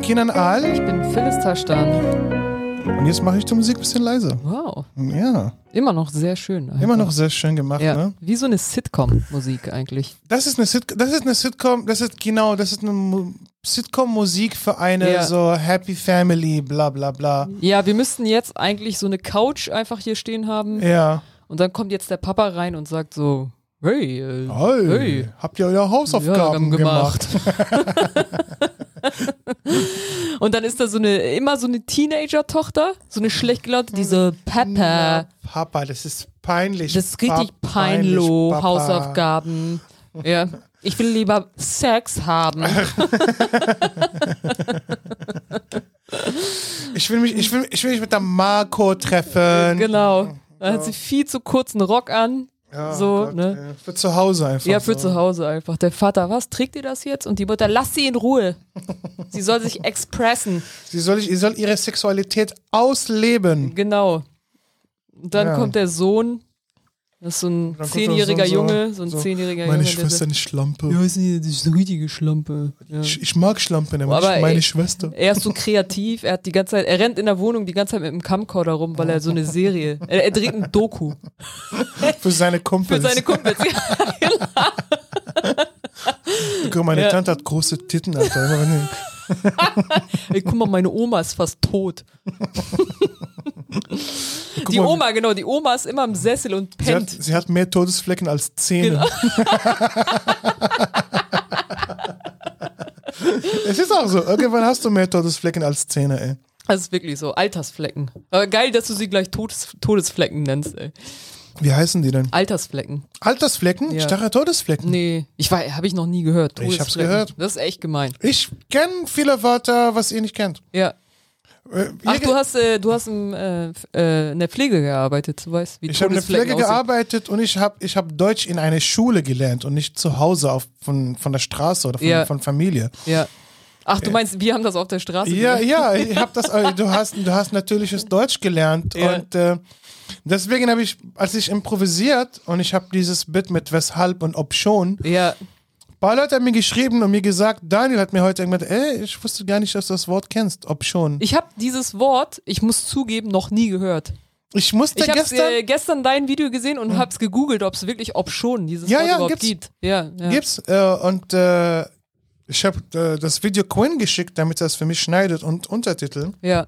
Kenan Aal. Ich bin Phyllis Taschtan. Und jetzt mache ich die Musik ein bisschen leiser. Wow. Ja, Immer noch sehr schön. immer noch sehr schön gemacht, Ja, ne? wie so eine Sitcom-Musik eigentlich. Das ist eine Sitcom, das ist eine Sitcom, das ist genau, das ist eine Mu- Sitcom-Musik für eine Ja. so Happy Family, bla bla bla. Ja, wir müssten jetzt eigentlich so eine Couch einfach hier stehen haben Ja. und dann kommt jetzt der Papa rein und sagt so, hey, äh, Hey, hey. habt ihr eure Hausaufgaben Ja, gemacht? gemacht. Und dann ist da so eine, immer so eine Teenager-Tochter, so eine schlecht gelaute, diese Papa, Na, Papa, das ist peinlich. das ist richtig Pa- peinlich, peinlo, Papa. Hausaufgaben. Ja, ich will lieber Sex haben. Ich will mich, ich will, ich will mich mit der Marco treffen. genau. Da hat sie viel zu kurzen Rock an. Ja, So, Gott, ne? ey. Für zu Hause einfach. Ja, für so. zu Hause einfach. Der Vater, was? Trägt ihr das jetzt? Und die Mutter, lass sie in Ruhe. Sie soll sich expressen. Sie soll, sie soll ihre Sexualität ausleben. Genau. Und dann Ja. kommt der Sohn. Das ist so ein kommt zehnjähriger so- so- Junge, so ein so, zehnjähriger Meine Junge. Schwester ist eine Schlampe. ja, ist eine, das ist eine richtige Schlampe. Ja. Ich, ich mag Schlampen, aber, Aber nicht meine ich- Schwester. Er ist so kreativ, er hat die ganze Zeit, er rennt in der Wohnung die ganze Zeit mit dem Camcorder rum, weil er so eine Serie, er, er dreht ein Doku Für seine für Kumpels. seine Kumpels. Ja, Guck, meine Ja. Tante hat große Titten, Alter. Immer wenn- Ey, guck mal, meine Oma ist fast tot. guck Die mal, Oma, genau, die Oma ist immer im Sessel und Sie hat, pennt. sie hat mehr Todesflecken als Zähne. Genau. es ist auch so. Irgendwann hast du mehr Todesflecken als Zähne, ey. Das ist wirklich so. Altersflecken. Aber geil, dass du sie gleich Todes Todesflecken nennst, ey. Wie heißen die denn? Altersflecken. Altersflecken? Ja. Ich dachte Todesflecken. Nee, ich war, habe ich noch nie gehört. Ich hab's Todesflecken. gehört. Das ist echt gemein. Ich kenne viele Wörter, was ihr nicht kennt. Ja. Äh, Ach, ihr- du hast, äh, du hast im, äh, f- äh, in der Pflege gearbeitet, du weißt, wie ich habe in der Pflege Todesflecken aussehen. gearbeitet und ich habe ich hab Deutsch in einer Schule gelernt und nicht zu Hause auf, von, von der Straße oder von, Ja. von Familie. Ja. Ach, du meinst, wir haben das auf der Straße Ja, gemacht? ja, ich hab das, äh, du, hast, du hast natürliches Deutsch gelernt. Ja. Und äh, deswegen habe ich, als ich improvisiert und ich habe dieses Bit mit weshalb und ob schon, ein Ja, paar Leute haben mir geschrieben und mir gesagt, Daniel hat mir heute irgendwann, ey, ich wusste gar nicht, dass du das Wort kennst, ob schon. ich habe dieses Wort, ich muss zugeben, noch nie gehört. Ich musste Ich habe gestern, Hm. äh, gestern dein Video gesehen und hab's gegoogelt, ob's wirklich, ob schon dieses Ja, Wort ja, überhaupt gibt's. gibt. Ja, ja. gibt's, äh, und äh, ich habe äh, das Video Quinn geschickt, damit er es für mich schneidet und Untertitel. ja.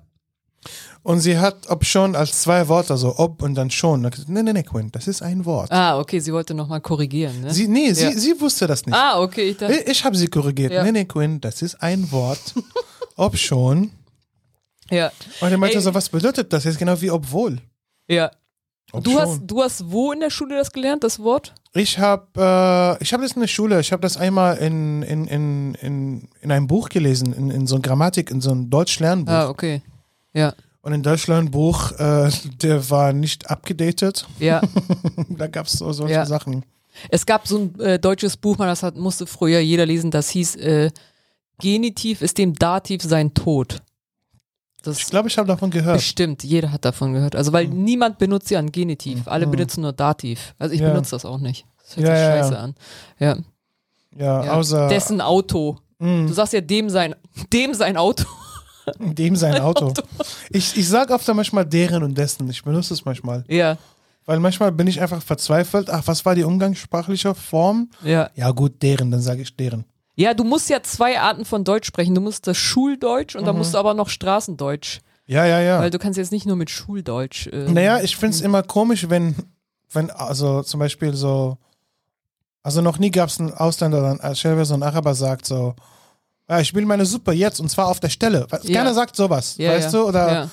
Und sie hat ob schon als zwei Worte, so ob und dann schon. Und ich hab gesagt, Nee, nee, nee, Quinn, das ist ein Wort. Ah, okay, sie wollte nochmal korrigieren, ne? Sie, Äh. nee, sie, Ja. sie wusste das nicht. Ah, okay, ich dachte, Ich, ich habe sie korrigiert. Ja. Nee, nee, Quinn, das ist ein Wort. ob schon. ja, Und er meinte Ey. so, was bedeutet das? Jetzt genau wie obwohl. ja. Ob Du schon. hast, du hast wo in der Schule das gelernt, das Wort? ich habe äh, ich hab das in der Schule, ich habe das einmal in, in, in, in, in einem Buch gelesen, in, in so ein Grammatik, in so ein Deutschlernbuch. Ah, okay. Ja, Und in Deutschlernbuch, äh, der war nicht abgedatet. ja. da gab es so solche Ja. Sachen. es gab so ein äh, deutsches Buch, man das hat, musste früher jeder lesen, das hieß äh, Genitiv ist dem Dativ sein Tod. Ich Das glaube, ich habe davon gehört. bestimmt, jeder hat davon gehört. Also weil niemand benutzt ja ein Genitiv, alle Mhm. benutzen nur Dativ. Also ich Ja. benutze das auch nicht. Das hört Ja, sich ja, ja. scheiße an. Ja, Ja, ja. außer Dessen Auto. Mm. Du sagst ja dem sein, dem sein Auto. dem sein Auto. Ich, ich sage oft manchmal deren und dessen. Ich benutze es manchmal. Ja, Weil manchmal bin ich einfach verzweifelt. Ach, was war die umgangssprachliche Form? ja. Ja, gut, deren, dann sage ich deren. Ja, du musst ja zwei Arten von Deutsch sprechen. Du musst das Schuldeutsch Mhm. und dann musst du aber noch Straßendeutsch. Ja, ja, ja. Weil du kannst jetzt nicht nur mit Schuldeutsch. Äh, Ah. naja, ich finde es immer komisch, wenn, wenn, also zum Beispiel so, also noch nie gab es einen Ausländer oder einen, stell dir vor, so ein Araber sagt so, ja, ich will meine Suppe jetzt und zwar auf der Stelle. Weil Ja. Keiner sagt sowas, ja, weißt ja, du? Oder, ja.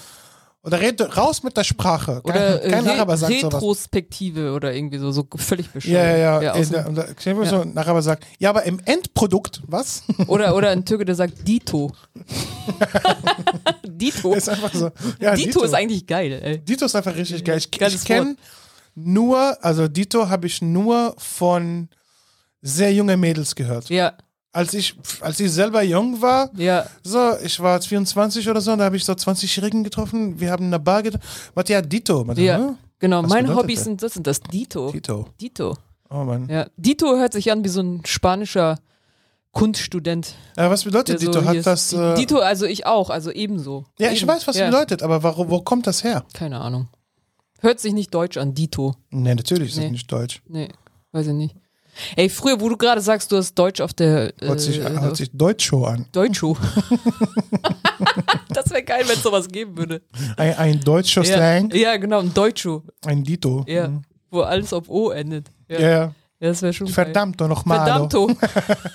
oder red, raus mit der Sprache. Kein, oder äh, kein Re- Araber sagt sowas. Retrospektive oder irgendwie so, so völlig bescheuert. Ja, ja, ja. ja Äh, aus da, dem, und da, stell dir vor, so ein Araber sagt, ja, aber im Endprodukt, was? oder, oder ein Türke, der sagt Dito. Dito. ist einfach so. Ja, Dito. ist eigentlich geil, ey. Dito ist einfach richtig geil. Ich, Geiles ich kenne nur, also Dito habe ich nur von sehr jungen Mädels gehört. Ja, Als ich, als ich selber jung war, ja. so, ich war 24 oder so, und da habe ich so 20-Jährigen getroffen, wir haben in der Bar getroffen. Warte, ja, Dito. Warte, Ja, ne? genau. Was Meine bedeutet Hobbys das? sind das und das. Dito. Dito. Dito. Oh Mann. Ja. Dito hört sich an wie so ein spanischer Kunststudent. Aber Äh, was bedeutet der so Dito? hier Hat ist. das. Äh, Dito, also ich auch, also ebenso. ja, ich Eben. weiß, was ja. bedeutet, aber warum, wo kommt das her? Keine Ahnung. Hört sich nicht deutsch an, Dito. Nee, natürlich ist Nee. das nicht deutsch. Nee, weiß ich nicht. Ey, früher, wo du gerade sagst, du hast Deutsch auf der äh, Hört sich, hört sich Deutscho an. Deutscho. das wäre geil, wenn es sowas geben würde. Ein, ein deutscher Ja, Slang, ja, genau, ein Deutscho, ein Dito. ja, Mhm. wo alles auf O endet. Ja, Ja. ja. das wäre schon Verdammt noch geil. mal. Verdammto.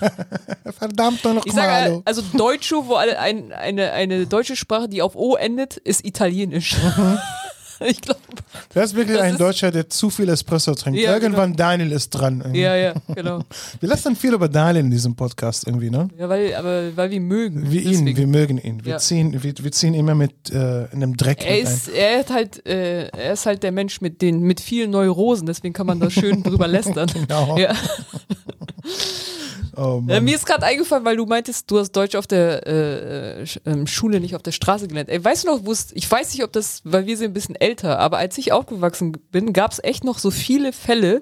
Verdammt noch Ich sage, mal. also Deutscho, wo alle, ein, eine, eine deutsche Sprache, die auf O endet, ist Italienisch. Mhm. ich glaube, Das ist wirklich das ein ist- Deutscher, der zu viel Espresso trinkt. Ja, genau. Irgendwann Daniel ist dran. ja, ja, genau. Wir lassen viel über Daniel in diesem Podcast irgendwie, ne? Ja, weil, aber, weil wir mögen. Wir ihn, deswegen. wir mögen ihn. Wir, Ja. ziehen, wir, wir ziehen immer mit äh, einem Dreck Er mit ein. ist, er, hat halt, äh, er ist halt der Mensch mit, den, mit vielen Neurosen, deswegen kann man da schön drüber lästern. Genau. Ja. Oh Äh, Mann. mir ist gerade eingefallen, weil du meintest, du hast Deutsch auf der äh, Sch- ähm, Schule, nicht auf der Straße gelernt. Ey, weißt du noch, wo es, ich weiß nicht, ob das, weil wir sind ein bisschen älter, aber als ich aufgewachsen bin, gab es echt noch so viele Fälle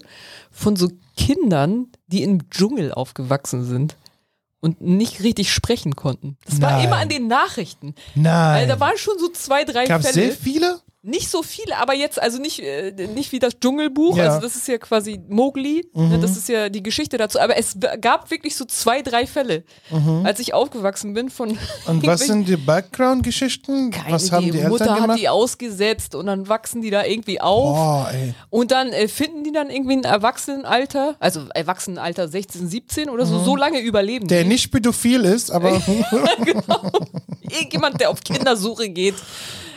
von so Kindern, die im Dschungel aufgewachsen sind und nicht richtig sprechen konnten. Das war Nein. immer an den Nachrichten. Äh, Nein. da waren schon so zwei, drei Gab es Fälle. sehr viele? Nicht so viele, aber jetzt, also nicht, äh, nicht wie das Dschungelbuch, Ja. Mhm. also das ist ja quasi Mowgli, ne, das ist ja die Geschichte dazu, aber es w- gab wirklich so zwei, drei Fälle, als ich aufgewachsen bin von... Mhm. Und was sind die Background-Geschichten? Keine Was haben Idee. die Eltern Mutter hat gemacht? die ausgesetzt und dann wachsen die da irgendwie auf oh, ey. und dann äh, finden die dann irgendwie ein Erwachsenenalter, also Erwachsenenalter 16, 17 oder so, so lange überleben. Mhm. Der die. nicht pädophil ist, aber irgendjemand, der auf Kindersuche geht,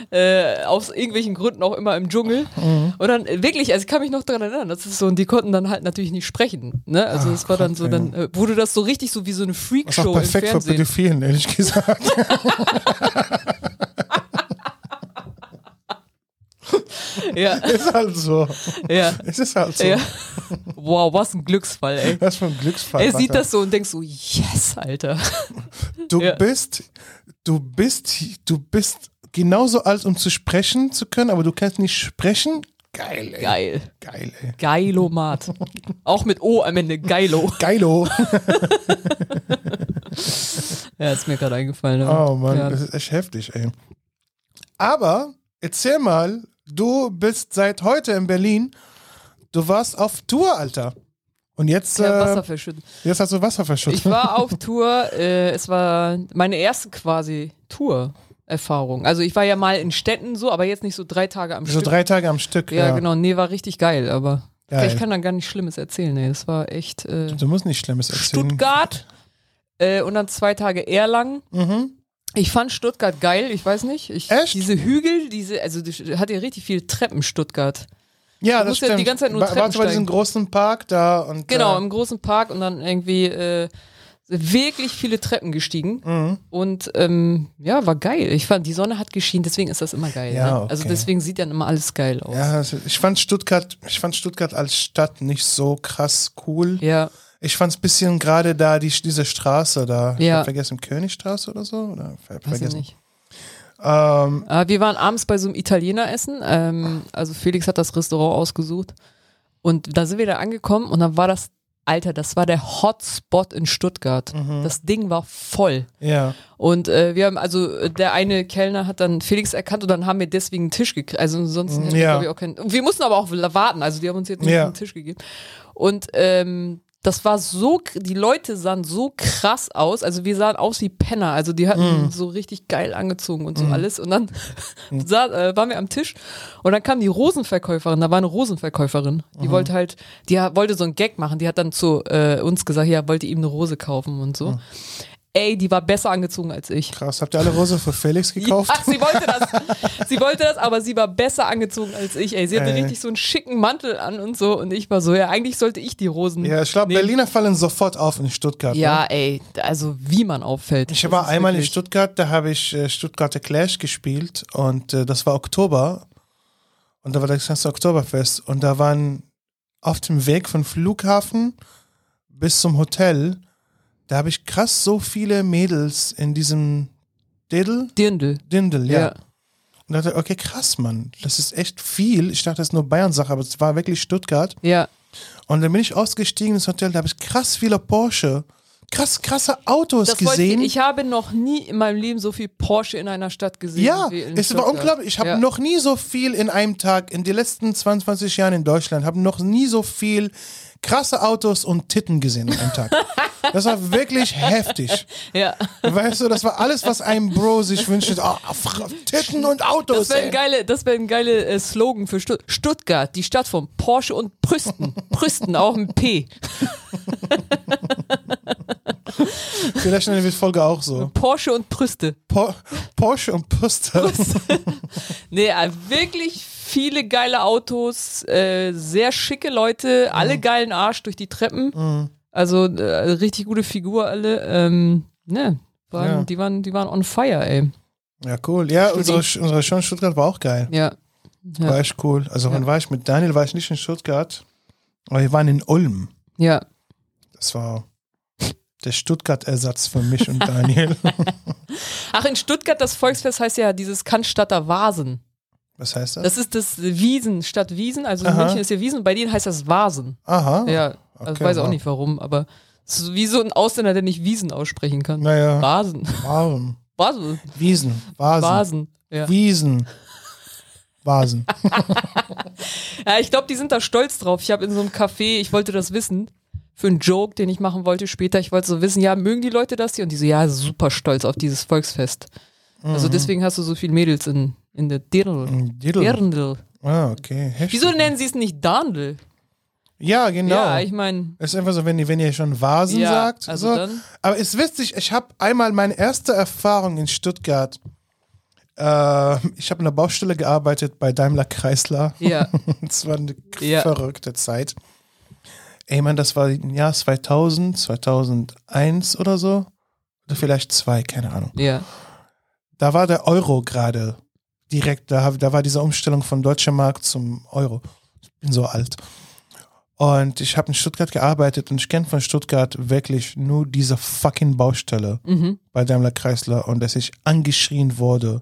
äh, aus irgendwelchen Gründen auch immer im Dschungel. Und dann äh, wirklich, also ich kann mich noch daran erinnern, das ist so, und die konnten dann halt natürlich nicht sprechen. Ne? Also es war dann so, dann äh, wurde das so richtig so wie so eine ist auch Freakshow im perfekt für Fernsehen. Pädophilen, ehrlich gesagt. Ja, ist halt so. ja, Es ist halt so. ja. Wow, was ein Glücksfall, ey. Was für ein Glücksfall. Er sieht Alter. das so und denkt so, yes, Alter. Du Ja. bist, du bist, du bist genauso alt, um zu sprechen zu können, aber du kannst nicht sprechen. Geil, ey. Geil. Geil, ey. Geilomat. Auch mit O am Ende, Geilo. Geilo. Ja, ist mir gerade eingefallen. aber- Oh Mann, Ja. das ist echt heftig, ey. Aber erzähl mal, du bist seit heute in Berlin. Du warst auf Tour, Alter. Und jetzt, Ja, Wasser äh, verschütten. jetzt hast du Wasser Ich verschüttet. war auf Tour, äh, es war meine erste quasi Tour-Erfahrung. Also ich war ja mal in Städten so, aber jetzt nicht so drei Tage am So Stück. drei Tage am Stück. ja, genau. Nee, war richtig geil, aber Geil. ich kann dann gar nicht Schlimmes erzählen. Nee, es war echt äh, Du musst nicht Schlimmes erzählen. Stuttgart äh, und dann zwei Tage Erlangen. Mhm. Ich fand Stuttgart geil, ich weiß nicht. Ich, Echt? Diese Hügel, diese, also die hat ja richtig viel Treppen Stuttgart. Ja, das musst ja die stimmt. ganze Zeit nur Wa- Warst Treppen du bei diesem steigen. großen Park da und Genau, äh, im großen Park und dann irgendwie äh, wirklich viele Treppen gestiegen. Mhm. Und ähm, ja, war geil. Ich fand, die Sonne hat geschienen, deswegen ist das immer geil. Ja, ne? Also okay. deswegen sieht dann immer alles geil aus. Ja, also ich fand Stuttgart, ich fand Stuttgart als Stadt nicht so krass cool. Ja, Ich fand's bisschen gerade da die, diese Straße da. Ich Ja. hab vergessen, Königstraße oder so? Oder ver weiß ich vergessen. nicht. Ähm, Aber wir waren abends bei so einem Italieneressen. Ähm, also Felix hat das Restaurant ausgesucht. Und da sind wir da angekommen und dann war das, Alter, das war der Hotspot in Stuttgart. Mhm. Das Ding war voll. ja. Und äh, wir haben, also äh, der eine Kellner hat dann Felix erkannt und dann haben wir deswegen einen Tisch gekriegt. Also ansonsten hätten Mhm. Ja. wir, glaube ich, auch keinen. Und wir mussten aber auch warten, also die haben uns jetzt nicht Ja. einen Tisch gegeben. Und ähm, das war so, kr- die Leute sahen so krass aus. Also wir sahen aus wie Penner. Also die hatten so richtig geil angezogen und so alles. Und dann sah, äh, waren wir am Tisch und dann kam die Rosenverkäuferin. Da war eine Rosenverkäuferin. Die wollte halt, die ha- wollte so einen Gag machen. Die hat dann zu äh, uns gesagt, ja, wollte ihm eine Rose kaufen und so. Ey, die war besser angezogen als ich. Krass, habt ihr alle Rose für Felix gekauft? Ach, sie wollte das. sie wollte das, aber sie war besser angezogen als ich. Ey, sie hatte Äh. richtig so einen schicken Mantel an und so. Und ich war so, ja, eigentlich sollte ich die Rosen. Ja, ich glaube, nehmen. Berliner fallen sofort auf in Stuttgart. Ne? Ja, ey, also wie man auffällt. Ich Das war ist einmal in wirklich- Stuttgart, da habe ich äh, Stuttgarter Clash gespielt und äh, das war Oktober. Und da war das ganze Oktoberfest. Und da waren auf dem Weg vom Flughafen bis zum Hotel, da habe ich krass so viele Mädels in diesem Diddle, Dirndl. Dindel, ja. Ja. Und dachte, okay, krass, Mann, das ist echt viel. Ich dachte, das ist nur Bayern-Sache, aber es war wirklich Stuttgart. Ja. Und dann bin ich ausgestiegen ins Hotel, da habe ich krass viele Porsche, krass, krasse Autos Das wollte gesehen. Ich, ich habe noch nie in meinem Leben so viel Porsche in einer Stadt gesehen. ja, wie in es war Stuttgart. unglaublich. Ich habe Ja. noch nie so viel in einem Tag, in den letzten 22 Jahren in Deutschland, habe noch nie so viel krasse Autos und Titten gesehen in einem Tag. Das war wirklich heftig. Ja. Weißt du, das war alles, was ein Bro sich wünscht. Ah, Fra- Titten und Autos. Das wäre ein ey. geiler wär ein geile, äh, Slogan für Stutt Stuttgart, die Stadt von Porsche und Brüsten. Brüsten, auch ein P. Vielleicht nennen wir die Folge auch so. Porsche und Brüste. Por Porsche und Puste. Nee, äh, wirklich viele geile Autos, äh, sehr schicke Leute, Mhm. alle geilen Arsch durch die Treppen. Also äh, richtig gute Figur alle. Ähm, ne, waren, Ja. die, waren, die waren on fire, ey. Ja, cool. Ja, unsere, unsere Show in Stuttgart war auch geil. Ja. Ja. War echt cool. Also, wann war ich mit Daniel? War ich nicht in Stuttgart, aber wir waren in Ulm. Ja. Das war der Stuttgart-Ersatz für mich und Daniel. Ach, in Stuttgart, das Volksfest heißt ja dieses Cannstatter Vasen. Was heißt das? Das ist das Wiesen statt Wiesen. Also in Aha. München ist ja Wiesen, bei denen heißt das Vasen. Aha. Ja, also okay, weiß auch wow. nicht warum, aber es ist wie so ein Ausländer, der nicht Wiesen aussprechen kann. Naja, Vasen. Wasen. Vasen. Wiesen. Vasen. Vasen. Ja. Wiesen. Vasen. ja, ich glaube, die sind da stolz drauf. Ich habe in so einem Café, ich wollte das wissen, für einen Joke, den ich machen wollte später, ich wollte so wissen, ja, mögen die Leute das hier? Und die so, ja, super stolz auf dieses Volksfest. Mhm. Also deswegen hast du so viel Mädels in, in der Dirndl. Diddle. Dirndl. Ah, okay. Heftig. Wieso nennen sie es nicht Dirndl? Ja, genau. Ja, ich meine, ist einfach so, wenn ihr, wenn ihr schon Vasen Ja, sagt. also so. dann- Aber es ist witzig, ich habe einmal meine erste Erfahrung in Stuttgart. Äh, ich habe in der Baustelle gearbeitet bei Daimler Chrysler. ja, Es war eine Ja. verrückte Zeit. Ey, man, das war im Jahr 2000, 2001 oder so. Oder vielleicht zwei, keine Ahnung. ja, Da war der Euro gerade direkt, da, hab- da war diese Umstellung von Deutscher Mark zum Euro. Ich bin so alt. Und ich habe in Stuttgart gearbeitet und ich kenne von Stuttgart wirklich nur diese fucking Baustelle mhm. bei Daimler Chrysler und dass ich angeschrien wurde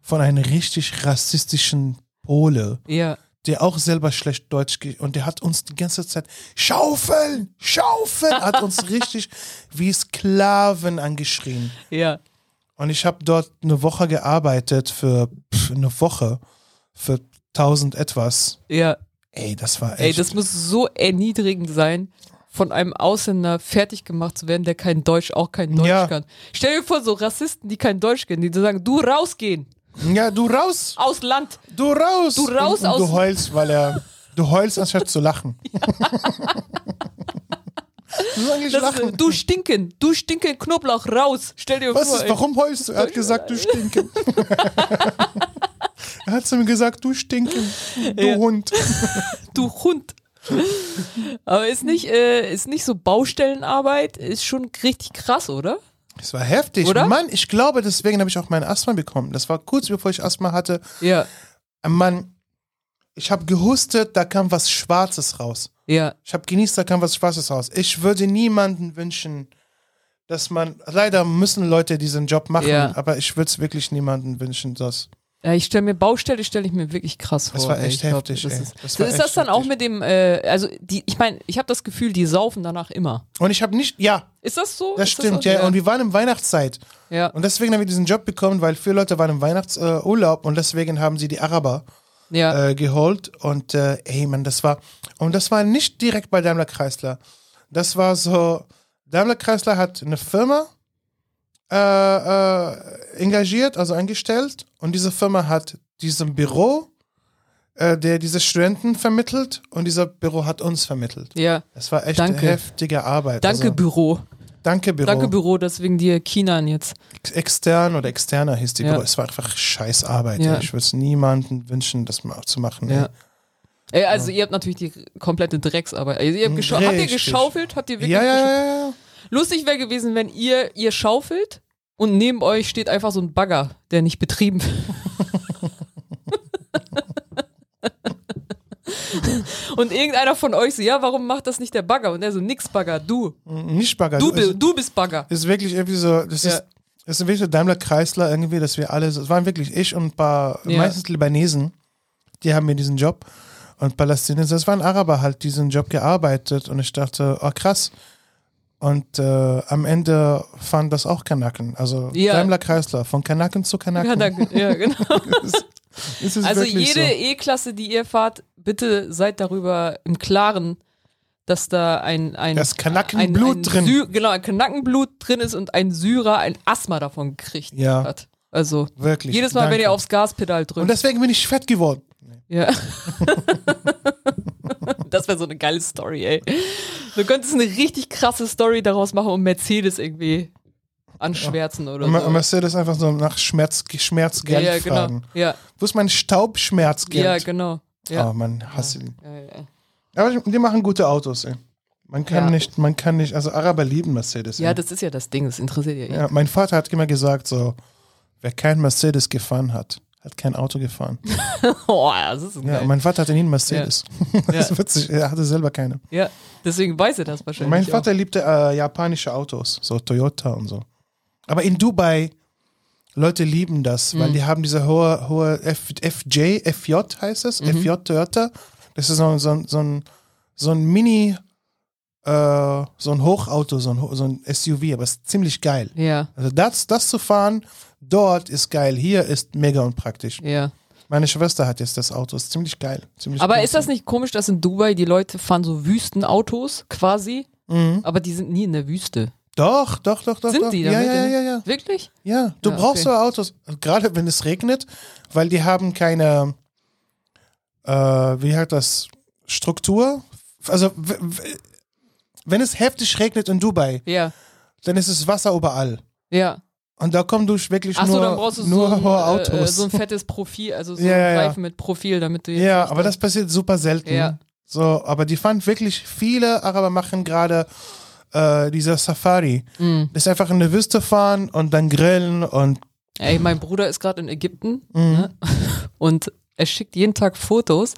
von einem richtig rassistischen Pole ja. der auch selber schlecht Deutsch ge- und der hat uns die ganze Zeit schaufeln, schaufeln, hat uns richtig wie Sklaven angeschrien. Ja, Und ich habe dort eine Woche gearbeitet für pff, eine Woche für 1000 etwas. ja. Ey, das war echt. Ey, das muss so erniedrigend sein, von einem Ausländer fertig gemacht zu werden, der kein Deutsch, auch kein Deutsch Ja. kann. Stell dir vor, so Rassisten, die kein Deutsch kennen, die so sagen, du rausgehen, ja, du raus, aus Land. du raus, Du raus und, und aus- du heulst, weil er du heulst anstatt zu lachen. Du sollst eigentlich Das, lachen. du stinken, du stinken Knoblauch, raus. Stell dir Was vor, ist, ey. warum heulst du? Er hat gesagt, du stinken. er hat zu mir gesagt, du stinken, du Ja. Hund. du Hund. Aber ist nicht, äh, ist nicht so Baustellenarbeit, ist schon richtig krass, oder? Das war heftig. Oder? Mann, ich glaube, deswegen habe ich auch mein Asthma bekommen. Das war kurz bevor ich Asthma hatte. Ja, Mann, ich habe gehustet, da kam was Schwarzes raus. ja, Ich habe genießt, da kam was Schwarzes raus. Ich würde niemanden wünschen, dass man, leider müssen Leute diesen Job machen, Ja. aber ich würde es wirklich niemanden wünschen, dass. Ja, Äh, ich stelle mir Baustelle stelle ich mir wirklich krass vor. Das war ey. echt ich glaub, heftig, Das ey. ist, Das war ist echt das dann auch heftig. mit dem, äh, also die, ich meine, ich habe das Gefühl, die saufen danach immer. Und ich habe nicht, ja, Ist das so? das ist stimmt, so? ja. Und wir waren in Weihnachtszeit. ja. Und deswegen haben wir diesen Job bekommen, weil viele Leute waren im Weihnachtsurlaub äh, Urlaub und deswegen haben sie die Araber ja. äh, geholt. Und äh, ey, man, das war. Und das war nicht direkt bei Daimler Chrysler. Das war so. Daimler Chrysler hat eine Firma äh, äh, engagiert, also angestellt. Und diese Firma hat diesem Büro, äh, der diese Studenten vermittelt, und dieser Büro hat uns vermittelt. ja. Das war echt Danke. heftige Arbeit. Danke, also, Büro. danke, Büro. Danke, Büro, deswegen dir Kinan jetzt. extern oder externer hieß die Ja. Büro. Es war einfach Scheißarbeit. Ja. ey. Ich würde es niemandem wünschen, das mal zu machen. Ja. ey. Ey, also ihr habt natürlich die komplette Drecksarbeit. Also, ihr habt gescha- habt ihr Hm, Richtig. geschaufelt? Habt ihr wirklich Ja, ja, geschaufelt? ja, ja. Lustig wäre gewesen, wenn ihr, ihr schaufelt und neben euch steht einfach so ein Bagger, der nicht betrieben wird. und irgendeiner von euch so, ja, warum macht das nicht der Bagger? Und er so, nix Bagger, du. Nicht Bagger. Du, Also Es bi- du bist Bagger. ist wirklich irgendwie so, das Ja. ist, das ist wirklich so Daimler-Kreisler irgendwie, dass wir alle, so- es waren wirklich ich und ein paar, Ja. meistens Libanesen, die haben mir diesen Job und Palästinenser, es waren Araber halt, die diesen Job gearbeitet und ich dachte, oh krass, Und äh, am Ende fahren das auch Kanaken. Also Ja. Daimler-Kreislauf, von Kanaken zu Kanaken. Ja, danke. Ja, genau. Es ist Also wirklich jede E-Klasse, die ihr fahrt, bitte seid darüber im Klaren, dass da ein, ein, Da ist Kanackenblut ein, ein drin. Sy- genau, ein Kanackenblut drin ist und ein Syrer ein Asthma davon gekriegt Ja. hat. Also so. Wirklich. jedes Mal, wenn danke. ihr aufs Gaspedal Und drückt. deswegen bin ich fett geworden. ja. das wäre so eine geile Story, ey. Du könntest eine richtig krasse Story daraus machen und Mercedes irgendwie anschwärzen oder Und Ma- so. Mercedes einfach so nach Schmerz, Schmerzgeld ja, fragen. genau. Ja, Wo ist mein Staubschmerzgeld? ja, genau. Oh, Ja. man hasse ihn. Ja, ja. Aber ich- die machen gute Autos, ey. Man kann Ja. nicht, man kann nicht, also Araber lieben Mercedes. ja, ey. das ist ja das Ding, das interessiert ja eh. ja, mein Vater hat immer gesagt, so, wer kein Mercedes gefahren hat, hat kein Auto gefahren. Oh, das ist Ja, geil. mein Vater hatte nie einen Mercedes. das Ja. ist witzig, er hatte selber keine. ja, deswegen weiß er das wahrscheinlich. Mein Vater liebte äh, japanische Autos, so Toyota und so. Aber in Dubai, Leute lieben das, Mhm. weil die haben diese hohe, hohe F, FJ, FJ heißt es, Mhm. FJ Toyota. Das ist so, ein- so, ein- so ein, so ein Mini, äh, so ein Hochauto, so ein, Ho- so ein SUV, aber es ist ziemlich geil. Auch. Ja, Also das, das zu fahren, dort ist geil, hier ist mega unpraktisch. ja. Meine Schwester hat jetzt das Auto, ist ziemlich geil. Ziemlich Aber cool. ist das nicht komisch, dass in Dubai die Leute fahren so Wüstenautos quasi, Mhm. aber die sind nie in der Wüste? Doch, doch, doch, doch. Sind doch. die ja, damit ja, in- ja, ja. Wirklich? Ja, du Ja, brauchst okay. so Autos, gerade wenn es regnet, weil die haben keine, äh, wie heißt das, Struktur. Also w- w- wenn es heftig regnet in Dubai, Ja, dann ist es Wasser überall. ja. Und da kommen durch wirklich Achso, nur, dann brauchst du nur so, ein, hohe äh, äh, Autos. so ein fettes Profil, also so Ja, ja, ein ja. Reifen mit Profil, damit du. ja, aber das passiert super selten. Ja. So, aber die fanden wirklich, viele Araber machen gerade äh, dieser Safari. Hm. Das ist einfach in eine Wüste fahren und dann grillen und Ey, mein Bruder ist gerade in Ägypten Mhm. ne? und er schickt jeden Tag Fotos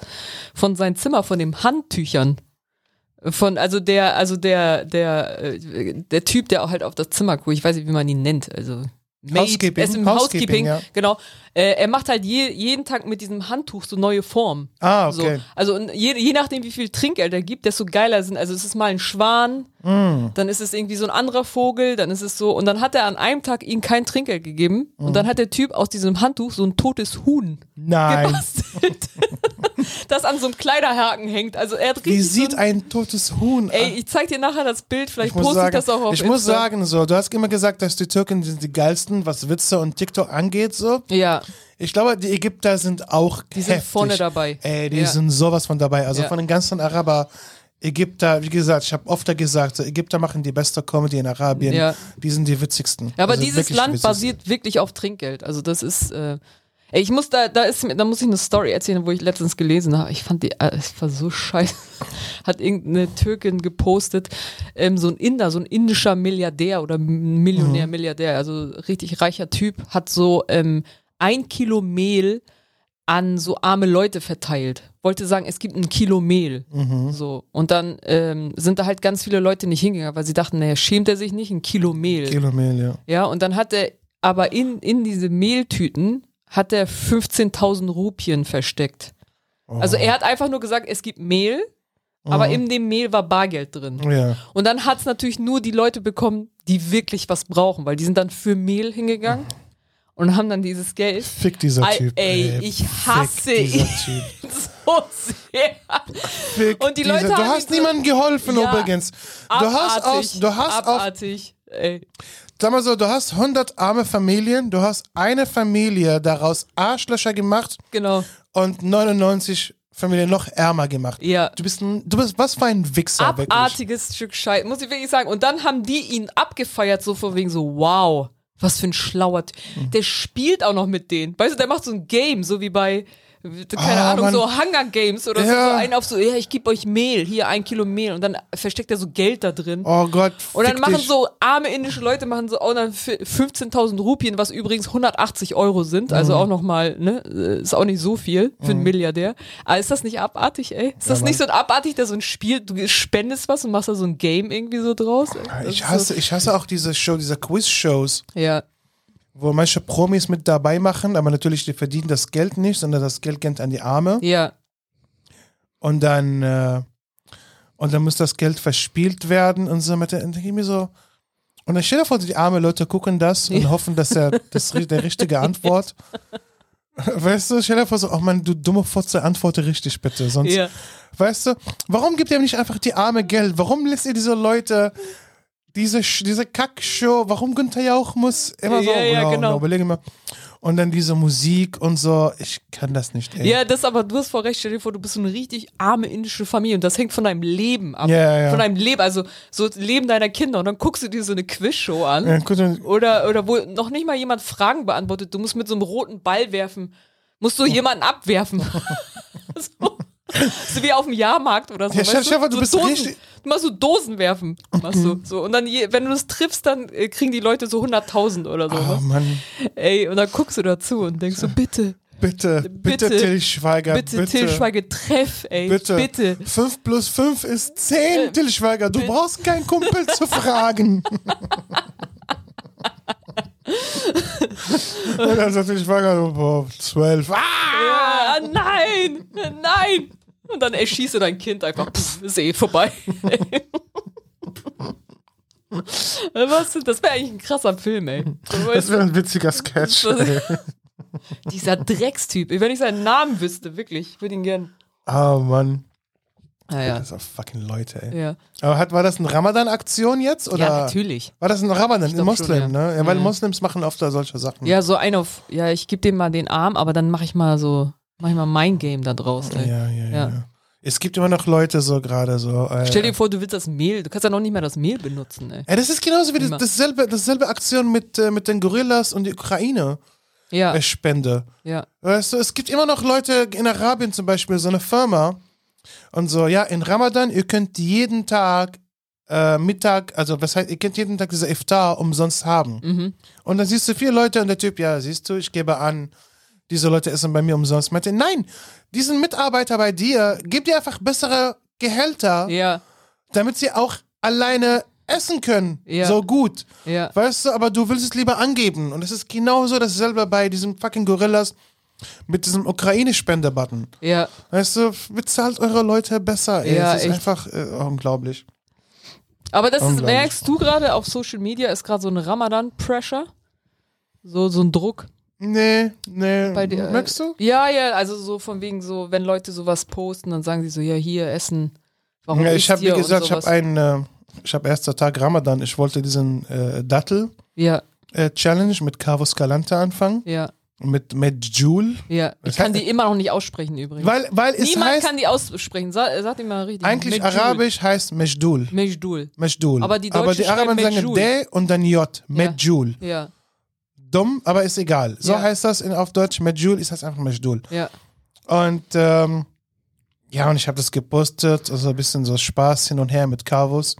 von seinem Zimmer, von den Handtüchern. Von, also der, also der, der, äh, der Typ, der auch halt auf das Zimmer guckt, ich weiß nicht, wie man ihn nennt, also Maid, Housekeeping, er ist im Housekeeping, Housekeeping, ja. genau. Äh, er macht halt je, jeden Tag mit diesem Handtuch so neue Formen. Ah, okay. So. Also und je, je nachdem, wie viel Trinkgeld er gibt, desto geiler sind. Also es ist mal ein Schwan, Mm. dann ist es irgendwie so ein anderer Vogel, dann ist es so. Und dann hat er an einem Tag ihm kein Trinkgeld gegeben Mm. und dann hat der Typ aus diesem Handtuch so ein totes Huhn nein. gebastelt, das an so einem Kleiderhaken hängt. Also er hat richtig Wie so sieht ein, ein totes Huhn Ey, ich zeig dir nachher das Bild, vielleicht Ich muss, poste sagen, ich das auch auf ich muss Insta. sagen, so, du hast immer gesagt, dass die Türken sind die geilsten, was Witze und TikTok angeht, so. Ja, Ich glaube, die Ägypter sind auch die sind heftig. vorne dabei. Ey, die ja. sind sowas von dabei. Also Ja. von den ganzen Araber, Ägypter, wie gesagt, ich habe oft gesagt, so, Ägypter machen die beste Comedy in Arabien. Ja. Die sind die witzigsten. Ja, aber Also dieses wirklich die Land witzigsten. basiert wirklich auf Trinkgeld. Also das ist, äh, ey, ich muss da, da ist, mir- da muss ich eine Story erzählen, wo ich letztens gelesen habe. Ich fand die, äh, es war so scheiße. Hat irgendeine Türkin gepostet, ähm, so ein Inder, so ein indischer Milliardär oder M- Millionär, Mhm. Milliardär, also richtig reicher Typ, hat so ähm, ein Kilo Mehl an so arme Leute verteilt. Wollte sagen, es gibt ein Kilo Mehl. Mhm. So. Und dann ähm, sind da halt ganz viele Leute nicht hingegangen, weil sie dachten, naja, schämt er sich nicht, ein Kilo Mehl. Kilo Mehl, ja. Ja, und dann hat er aber in, in diese Mehltüten hat er 15.000 Rupien versteckt. Oh. Also er hat einfach nur gesagt, es gibt Mehl, aber in dem Mehl war Bargeld drin. Ja. Und dann hat es natürlich nur die Leute bekommen, die wirklich was brauchen, weil die sind dann für Mehl hingegangen und haben dann dieses Geld. Fick dieser Ey, Typ. ey, ich hasse fick dieser ihn. Typ. So sehr. Fick Und die dieser. Leute du haben hast ihn so- niemandem geholfen Ja, übrigens. Du hast, aus, Abartig. du hast auch Abartig. Ey. Sag mal so, du hast 100 arme Familien, du hast eine Familie daraus Arschlöcher gemacht Genau. und 99 Familien noch ärmer gemacht. Ja. Du bist, ein, du bist was für ein Wichser, wirklich. abartiges Stück Scheiße, muss ich wirklich sagen. Und dann haben die ihn abgefeiert, so von wegen so, wow, was für ein schlauer Typ. Mhm. Der spielt auch noch mit denen. Weißt du, der macht so ein Game, so wie bei, keine Ah, Ahnung, Mann. so Hunger Games oder so, Ja. so einen auf so, ja, ich gebe euch Mehl, hier ein Kilo Mehl. Und dann versteckt er so Geld da drin. Oh Gott. Und dann fick machen dich. so arme indische Leute machen so auch dann für 15.000 Rupien, was übrigens 180 Euro sind, also Mhm. auch nochmal, ne, äh, ist auch nicht so viel für einen Milliardär. Aber ist das nicht abartig, ey? Ist das Ja, nicht so ein abartig, dass so ein Spiel, du spendest was und machst da so ein Game irgendwie so draus? Das ist Ich so- hasse, ich hasse auch diese Show, diese Quiz-Shows, Ja, wo manche Promis mit dabei machen, aber natürlich, die verdienen das Geld nicht, sondern das Geld geht an die Arme. ja, Und dann, äh, Und dann muss das Geld verspielt werden und so. mit der- Und dann denk ich mir so. Und dann stell dir vor, die armen Leute gucken das und hoffen, dass er das ri- der richtige Antwort. Weißt du, stell dir vor, so, oh Mann, du dumme Fotze, antworte richtig bitte. Sonst, Ja. Weißt du, warum gibt ihr nicht einfach die arme Geld? Warum lässt ihr diese Leute diese, Sch- diese Kackshow? Warum Günther Jauch muss immer so Ja, ja, genau, genau. genau. überlege mal. Und dann diese Musik und so. Ich kann das nicht. Ey. Ja, das aber, du hast vor Recht, stell dir vor, du bist so eine richtig arme indische Familie und das hängt von deinem Leben ab. Ja, ja, ja. Von deinem Leben, also so das Leben deiner Kinder und dann guckst du dir so eine Quizshow an Ja, gut, dann- oder, oder wo noch nicht mal jemand Fragen beantwortet, du musst mit so einem roten Ball werfen, musst du jemanden abwerfen. so. so wie auf dem Jahrmarkt oder so. Ja, Chef, Chef, du so bist Dosen, richtig- Du machst so Dosen werfen. Machst du, so. Und dann, je, wenn du das triffst, dann äh, kriegen die Leute so 100.000 oder so. ne? oh Mann, Ey, und dann guckst du dazu und denkst so, bitte, bitte, bitte, Bitte, Till Schweiger, bitte, bitte. Till Schweiger, treff, ey. Bitte. Bitte. bitte. Äh, 5 plus 5 ist 10, Till Schweiger. Du brauchst keinen Kumpel zu fragen. Und dann sagt Till Schweiger, so, boah, 12. Ah! Ja, nein, nein. Und dann erschießt du dein Kind einfach. Pff, ist eh vorbei. Was, denn- das wäre eigentlich ein krasser Film, ey. Du Das weißt, wäre ein witziger Sketch. dieser Dreckstyp. Wenn ich seinen Namen wüsste, wirklich, ich würde ihn gern. Ah, Mann. Naja. Das sind fucking Leute, ey. Ah, Ja. Aber hat, war das eine Ramadan-Aktion jetzt? Oder ja, natürlich. War das ein Ramadan? Ein glaub Moslem, schon, ja. ne? Ja, weil Ja. Moslems machen oft da solche Sachen. Ja, so ein auf. Ja, ich gebe dem mal den Arm, aber dann mache ich mal so, mache ich mal mein Game da draus, ey. ja, ja, ja. Ja. ja. Es gibt immer noch Leute so gerade so. Äh, Stell dir vor, du willst das Mehl. Du kannst ja noch nicht mehr das Mehl benutzen, ey. ja, das ist genauso wie das, Immer. dasselbe, dasselbe Aktion mit, äh, mit den Gorillas und die Ukraine Ja, äh, Spende. ja. Weißt du, es gibt immer noch Leute in Arabien zum Beispiel, so eine Firma und so, ja, in Ramadan, ihr könnt jeden Tag äh, Mittag, also was heißt, ihr könnt jeden Tag diese Iftar umsonst haben. Mhm. Und dann siehst du vier Leute und der Typ, ja, siehst du, ich gebe an, diese Leute essen bei mir umsonst. Meinte, nein, diesen Mitarbeiter bei dir, gib dir einfach bessere Gehälter, Ja, damit sie auch alleine essen können. Ja. So gut. ja. Weißt du, aber du willst es lieber angeben. Und es ist genauso dasselbe bei diesem fucking Gorillas mit diesem Ukraine-Spende-Button. Ja. Weißt du, bezahlt eure Leute besser. Ey. Ja, es ist echt. einfach äh, unglaublich. Aber das ist, Unglaublich. merkst du gerade auf Social Media ist gerade so ein Ramadan-Pressure. So, so ein Druck. Nee, nee. Bei dir, äh, Merkst du? Ja, ja, also so von wegen so, wenn Leute sowas posten, dann sagen sie so, ja, hier, Essen. Warum Ja, ja, ich habe, wie gesagt, ich und sowas. habe einen, äh, ich habe erster Tag Ramadan. Ich wollte diesen äh, Ja, Dattel-Challenge mit Cavo Scalante anfangen. ja, Mit, mit Jule. ja. Das Ich kann heißt- die immer noch nicht aussprechen übrigens. Weil, weil es Niemand heißt, kann die aussprechen. Sag, sag die mal richtig. eigentlich Medjool. Arabisch heißt Mejdul. Mejdul. Mejdul. Aber die aber Deutschen die Araber schreiben sagen Medjool. D und dann J. Medjool. Ja, dumm, aber ist egal. So Ja. heißt das in, auf Deutsch. Medjool ist das einfach Medjool. ja. Und ähm, ja, und ich habe das gepostet, also ein bisschen so Spaß hin und her mit Carvus.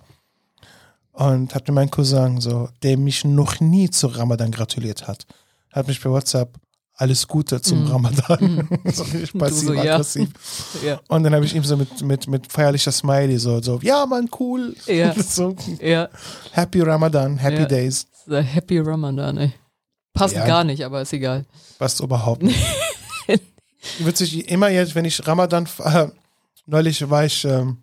Und hat mir mein Cousin so, der mich noch nie zu Ramadan gratuliert hat, hat mich per WhatsApp alles Gute zum Ramadan. so richtig passiv, Mhm. so, ja. aggressiv. Ja, Und dann habe ich ihm so mit, mit, mit feierlicher Smiley so, so, ja, Mann, cool. Ja. so, ja. happy Ramadan, happy Ja. days. The Happy Ramadan, ey. Passt Ja. gar nicht, aber ist egal. Passt überhaupt nicht. Witzig, immer jetzt, wenn ich Ramadan, äh, neulich war ich, ähm,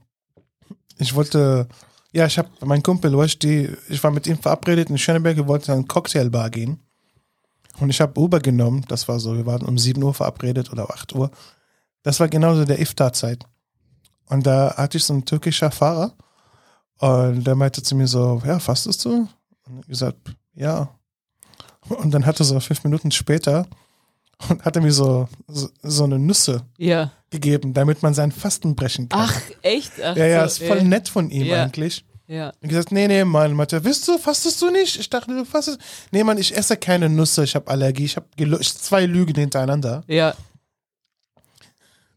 ich wollte, ja, ich habe meinen Kumpel, Washti, ich war mit ihm verabredet in Schöneberg, wir wollten an eine Cocktailbar gehen. Und ich habe Uber genommen, das war so, wir waren um 7 Uhr verabredet oder um 8 Uhr. Das war genauso der Iftar-Zeit. Und da hatte ich so einen türkischer Fahrer und der meinte zu mir so, ja, fastest du? Und ich gesagt, ja. Und dann hatte so fünf Minuten später und hat er mir so, so, so eine Nüsse Ja. gegeben, damit man sein Fasten brechen kann. Ach, echt? Ach, ja, ja, so, ist voll ey. nett von ihm Ja. eigentlich. Ja. Und gesagt, nee, nee, Mann, Mathe, willst du, fastest du nicht? Ich dachte, du fastest. Nee, Mann, ich esse keine Nüsse, ich habe Allergie, ich habe zwei Lügen hintereinander. Ja,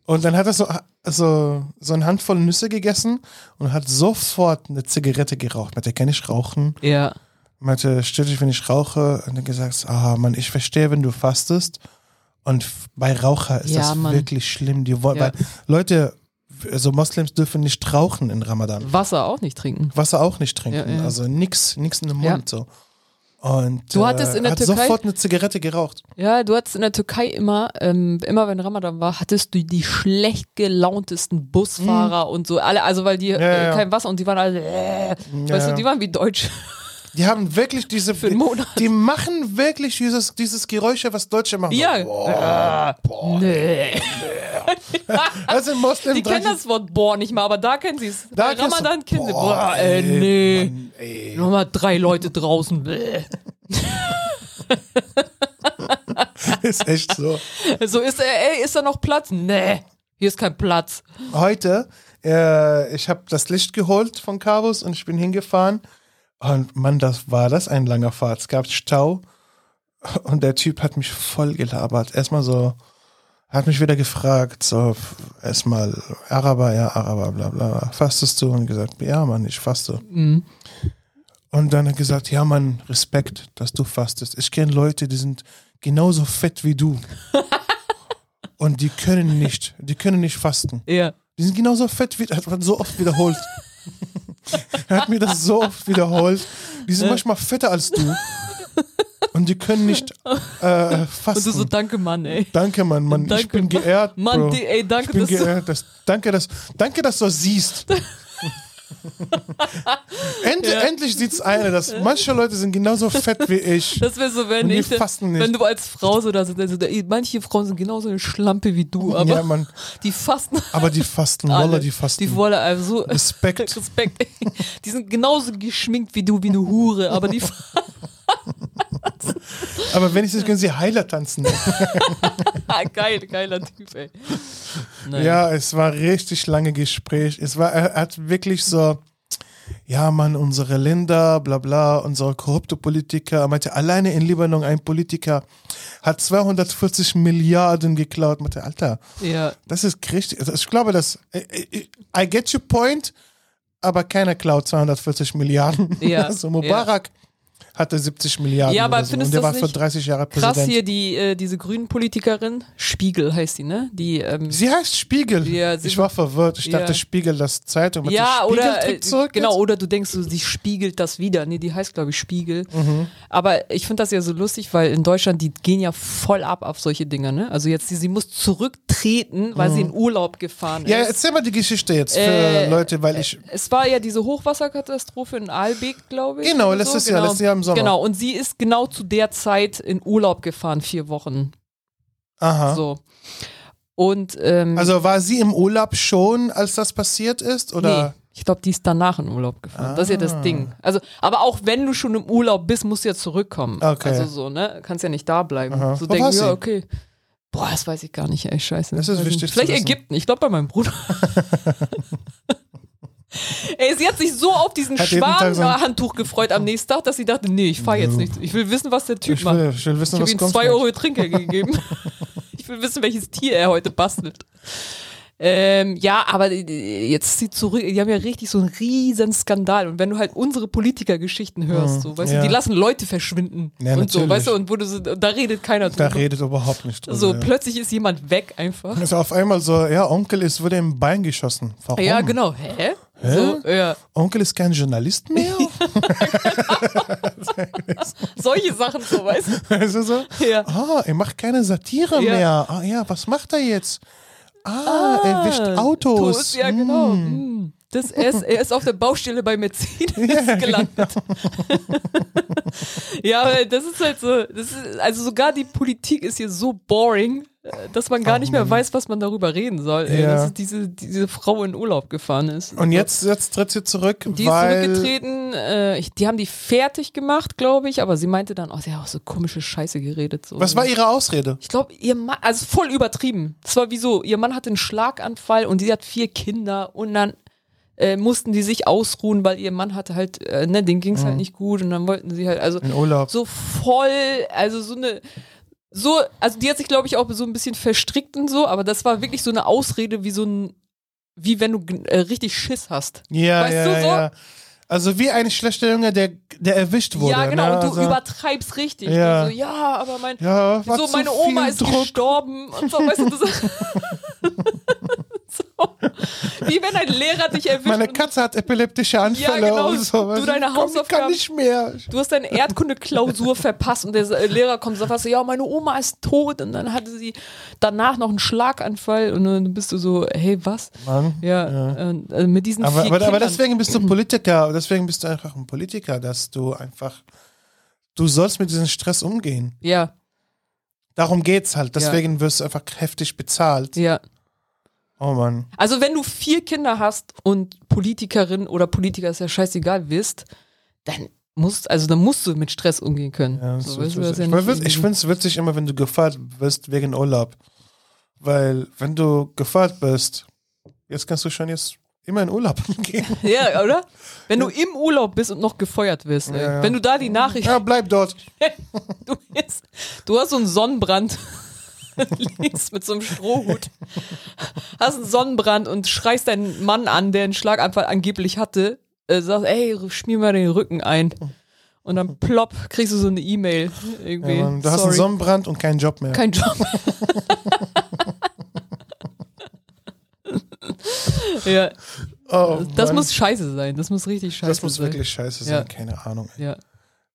Und dann hat er so, so, so eine Handvoll Nüsse gegessen und hat sofort eine Zigarette geraucht. Meinte, kann ich rauchen? ja, Meinte, stört dich, wenn ich rauche? Und dann gesagt, ah, Mann, ich verstehe, wenn du fastest. Und f- bei Raucher ist Ja, das Mann. wirklich schlimm. Die wollen, Ja. weil Leute, also Moslems dürfen nicht rauchen in Ramadan. Wasser auch nicht trinken. Wasser auch nicht trinken. Ja, ja. Also nix, nix in den Ja. Mund so. Und äh, Du hattest in der hat Türkei- sofort eine Zigarette geraucht. Ja, du hattest in der Türkei immer, ähm, immer wenn Ramadan war, hattest du die schlecht gelauntesten Busfahrer und so alle, also weil die äh, ja. kein Wasser und die waren alle, äh, weißt ja. du, die waren wie Deutsche. Die haben wirklich diese. einen Monat. Die machen wirklich dieses, dieses Geräusche, was Deutsche machen. Ja. Boah, boah. Also Nee. Das sind Moslem Ah. Die kennen das Wort Boah nicht mal, aber da kennen sie es. Da Bei kennst du- Ramadan kennen sie. Boah, Boah, äh, ey, nee. Mann, ey. Nochmal drei Leute draußen. Bäh. Ist echt so. So ist er, ey, ist da noch Platz? Nee. Hier ist kein Platz. Heute, äh, ich habe das Licht geholt von Cabos und ich bin hingefahren. Und Mann, das war das ein langer Fahrt. Es gab Stau und der Typ hat mich voll gelabert. Erstmal so, hat mich wieder gefragt, so f- erstmal Araber, ja, Araber, bla bla. Fastest du? Und gesagt, ja, Mann, ich faste. Und dann hat er gesagt, ja, Mann, Respekt, dass du fastest. Ich kenne Leute, die sind genauso fett wie du. und die können nicht, die können nicht fasten. Ja. Die sind genauso fett wie, hat man so oft wiederholt. hat mir das so oft wiederholt. Die sind manchmal fetter als du. Und die können nicht äh, Und du fasten. so, danke, Mann, ey. danke, Mann, Mann. ich Danke, bin Mann. geehrt. Mann, Bro. die, ey, danke, ich bin dass du. geehrt. Dass, danke, dass, danke, dass du das siehst. End, Endlich sieht's eine, dass manche Leute sind genauso fett wie ich. Das wäre so, wenn Und die ich, fasten nicht. wenn du als Frau so da sitzt, also, ey, manche Frauen sind genauso eine Schlampe wie du, aber ja, Mann. die fasten Aber die fasten, alle. Wallah, die fasten. Die Wolle, also so Respekt. Respekt. ey. Die sind genauso geschminkt wie du, wie eine Hure, aber die fasten Aber wenn ich das können sie Heiler tanzen. Ah, geil, geiler Typ, ey. Nein. Ja, es war richtig lange Gespräch. Es war, er hat wirklich so, ja, Mann, unsere Länder, bla bla, unsere korrupte Politiker. Er meinte, alleine in Libanon ein Politiker hat 240 Milliarden geklaut. Meinte, Alter, Ja. das ist richtig. Also ich glaube, das, I, I get your point, aber keiner klaut 240 Milliarden. Ja, Also Mubarak hatte 70 Milliarden. Ja, aber oder so. findest Und der du war das für nicht 30 Jahre Präsident. Krass hier, die, äh, diese grünen Politikerin, Spiegel heißt sie, ne? Die, ähm, Sie heißt Spiegel. Ja, sie- ich war verwirrt. Ich dachte, Ja. Spiegel, das Zeitung. Meinte, ja, Spiegel oder tritt äh, zurück genau, jetzt? oder du denkst, so, sie spiegelt das wieder. Nee, die heißt, glaube ich, Spiegel. Mhm. Aber ich finde das ja so lustig, weil in Deutschland, die gehen ja voll ab auf solche Dinge, ne? Also jetzt, sie, sie muss zurücktreten, weil sie in Urlaub gefahren Mhm. Ja, ist. erzähl mal die Geschichte jetzt für Äh, Leute, weil ich. Es war ja diese Hochwasserkatastrophe in Aalbeek, glaube ich. Genau, oder letztes Jahr, letztes Jahr im Sommer. Genau, und sie ist genau zu der Zeit in Urlaub gefahren, vier Wochen. Aha. So. Und ähm, Also war sie im Urlaub schon, als das passiert ist? Oder? Ah. Nee, ich glaube, die ist danach in Urlaub gefahren. Das ist ja das Ding. Also, aber auch wenn du schon im Urlaub bist, musst du ja zurückkommen. Okay. Also so, ne? Kannst ja nicht da bleiben. Aha. Wo So denken, warst ja, du? okay. Boah, das weiß ich gar nicht, ey, scheiße. Das ist Weiß ich wichtig nicht. zu Vielleicht wissen. Ägypten, ich glaube bei meinem Bruder. ey, sie hat sich so auf diesen Hat jeden Tag so ein- Schwarmhandtuch gefreut am nächsten Tag, dass sie dachte, nee, ich fahre jetzt nicht. Ich will wissen, was der Typ Ich, macht. will, ich will wissen, Ich habe was ihm kommt. zwei gleich. Euro Trinkgeld gegeben. ich will wissen, welches Tier er heute bastelt. Ähm, ja, aber die- die- jetzt zieht zurück. Die haben ja richtig so einen riesen Skandal. Und wenn du halt unsere Politikergeschichten hörst, so, weißt Hm, ja. du, die lassen Leute verschwinden Ja, und so, natürlich. weißt du, und wo du so, da redet keiner Da drüber. redet überhaupt nicht drüber. so ja. plötzlich ist jemand weg einfach. Also auf einmal so, ja, Onkel ist wurde im Bein geschossen. Warum? Ja, genau. Hä? Hä? So, ja. Onkel ist kein Journalist mehr? Solche Sachen so, weißt weißt du? du Also so? Ja. Ah, er macht keine Satire Ja. mehr. Ah ja, was macht er jetzt? Ah, er wäscht Autos. Toast, ja, genau. Mm. Das, er, ist, er ist auf der Baustelle bei Mercedes gelandet. ja, aber das ist halt so, das ist, also sogar die Politik ist hier so boring, äh, dass man gar nicht mehr weiß, was man darüber reden soll. Ey, Ja. Dass es diese, diese Frau in Urlaub gefahren ist. Und jetzt, jetzt tritt sie zurück, Die ist weil zurückgetreten, äh, ich, die haben die fertig gemacht, glaube ich, aber sie meinte dann, oh, sie hat auch so komische Scheiße geredet. So. was war ihre Ausrede? Ich glaube, ihr Mann, also voll übertrieben. Das war wie so, ihr Mann hatte einen Schlaganfall und sie hat vier Kinder und dann äh, mussten die sich ausruhen, weil ihr Mann hatte halt, äh, ne, den ging's halt nicht gut und dann wollten sie halt, also Mhm. In Urlaub. so voll, also so eine, so, also die hat sich, glaube ich, auch so ein bisschen verstrickt und so, aber das war wirklich so eine Ausrede wie so ein, wie wenn du g- äh, richtig Schiss hast. ja, weißt ja, du so? ja. Also wie ein schlechter Junge, der, der erwischt wurde. ja, genau, ne? und du also, übertreibst richtig. Ja. Und so, ja, aber mein, ja, war so, zu meine viel Oma ist Druck. gestorben und so, weißt du, das so. wie wenn ein Lehrer dich erwischt. Meine und- Katze hat epileptische Anfälle genau, und sowas. du deine Ich komm, Ich kann Hausaufgaben- nicht mehr. Du hast deine Erdkunde-Klausur verpasst und der äh, Lehrer kommt und sagt, was, ja, meine Oma ist tot und dann hatte sie danach noch einen Schlaganfall und dann bist du so, hey, was? Mann. Ja, äh, äh, mit diesen Aber, vier aber, aber Kindern. deswegen bist du Politiker, deswegen bist du einfach ein Politiker, dass du einfach, du sollst mit diesem Stress umgehen. Ja, Darum geht's halt. Ja. Deswegen wirst du einfach heftig bezahlt. ja. Oh Mann. Also wenn du vier Kinder hast und Politikerin oder Politiker ist ja scheißegal bist, dann musst, also dann musst du mit Stress umgehen können. Ja, so, so, weißt du, so, das ist so. ja ich nicht find- ich irgendwie- finde es witzig immer, wenn du gefeiert wirst wegen Urlaub. Weil wenn du gefeiert bist, jetzt kannst du schon jetzt immer in Urlaub gehen. ja, oder? Wenn du im Urlaub bist und noch gefeuert wirst, ey. Ja, ja. wenn du da die Nachricht Ja, bleib dort. Du, bist, du hast so einen Sonnenbrand. Links mit so einem Strohhut. Hast einen Sonnenbrand und schreist deinen Mann an, der einen Schlaganfall angeblich hatte. Äh, sagst, ey, schmier mal den Rücken ein. Und dann plopp, kriegst du so eine E-Mail. Ja, Irgendwie. Mann, du hast einen Sorry. Sonnenbrand und keinen Job mehr. Kein Job. ja, oh, das Mann. muss scheiße sein. Das muss richtig scheiße sein. das muss wirklich scheiße sein. Ja. Keine Ahnung. ey. Ja.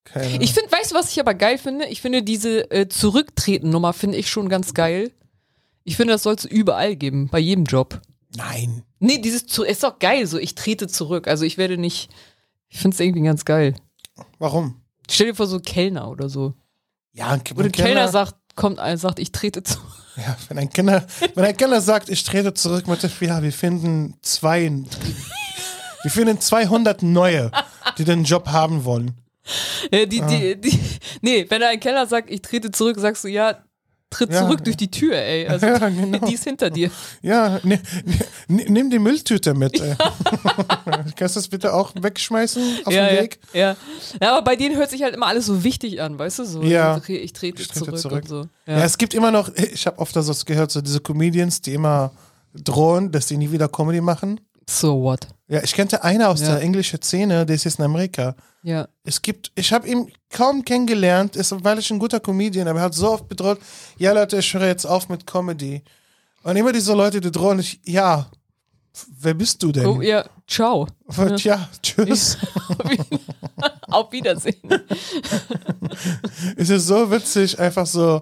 Keine Ich finde, weißt du, was ich aber geil finde? Ich finde diese äh, Zurücktreten-Nummer finde ich schon ganz geil. Ich finde, das soll es überall geben, bei jedem Job. Nein. Nee, dieses zu ist doch geil, so ich trete zurück. Also ich werde nicht. Ich finde es irgendwie ganz geil. Warum? Stell dir vor, so Kellner oder so. Ja, ein Wo der Kellner Kellner- sagt, kommt ein, sagt, ich trete zurück. Ja, wenn ein Kellner, wenn ein Kellner sagt, ich trete zurück mit der ja, wir finden zwei, wir finden 200 neue, die den Job haben wollen. Äh, die, Ah. die, die, nee, wenn ein Kellner sagt, ich trete zurück, sagst du, ja, tritt Ja. zurück durch die Tür, ey. Also, Ja, genau. Die ist hinter dir. Ja, ne, ne, nimm die Mülltüte mit. ey. Kannst du das bitte auch wegschmeißen auf ja, dem Weg? Ja, ja. ja, aber bei denen hört sich halt immer alles so wichtig an, weißt du? So, Ja. Ich, ich trete Ich trete zurück, zurück. und so. Ja. es gibt immer noch, ich habe oft das gehört, so diese Comedians, die immer drohen, dass die nie wieder Comedy machen. So what? Ja, ich kannte einer aus Ja. der englischen Szene, der ist jetzt in Amerika. Ja. Es gibt, ich habe ihn kaum kennengelernt, ist ich ein guter Comedian, aber er hat so oft bedroht, ja Leute, ich höre jetzt auf mit Comedy. Und immer diese Leute, die drohen, ich, ja, wer bist du denn? Oh, ja, ciao. Und ja, tschüss. Auf Wiedersehen. Es ist so witzig, einfach so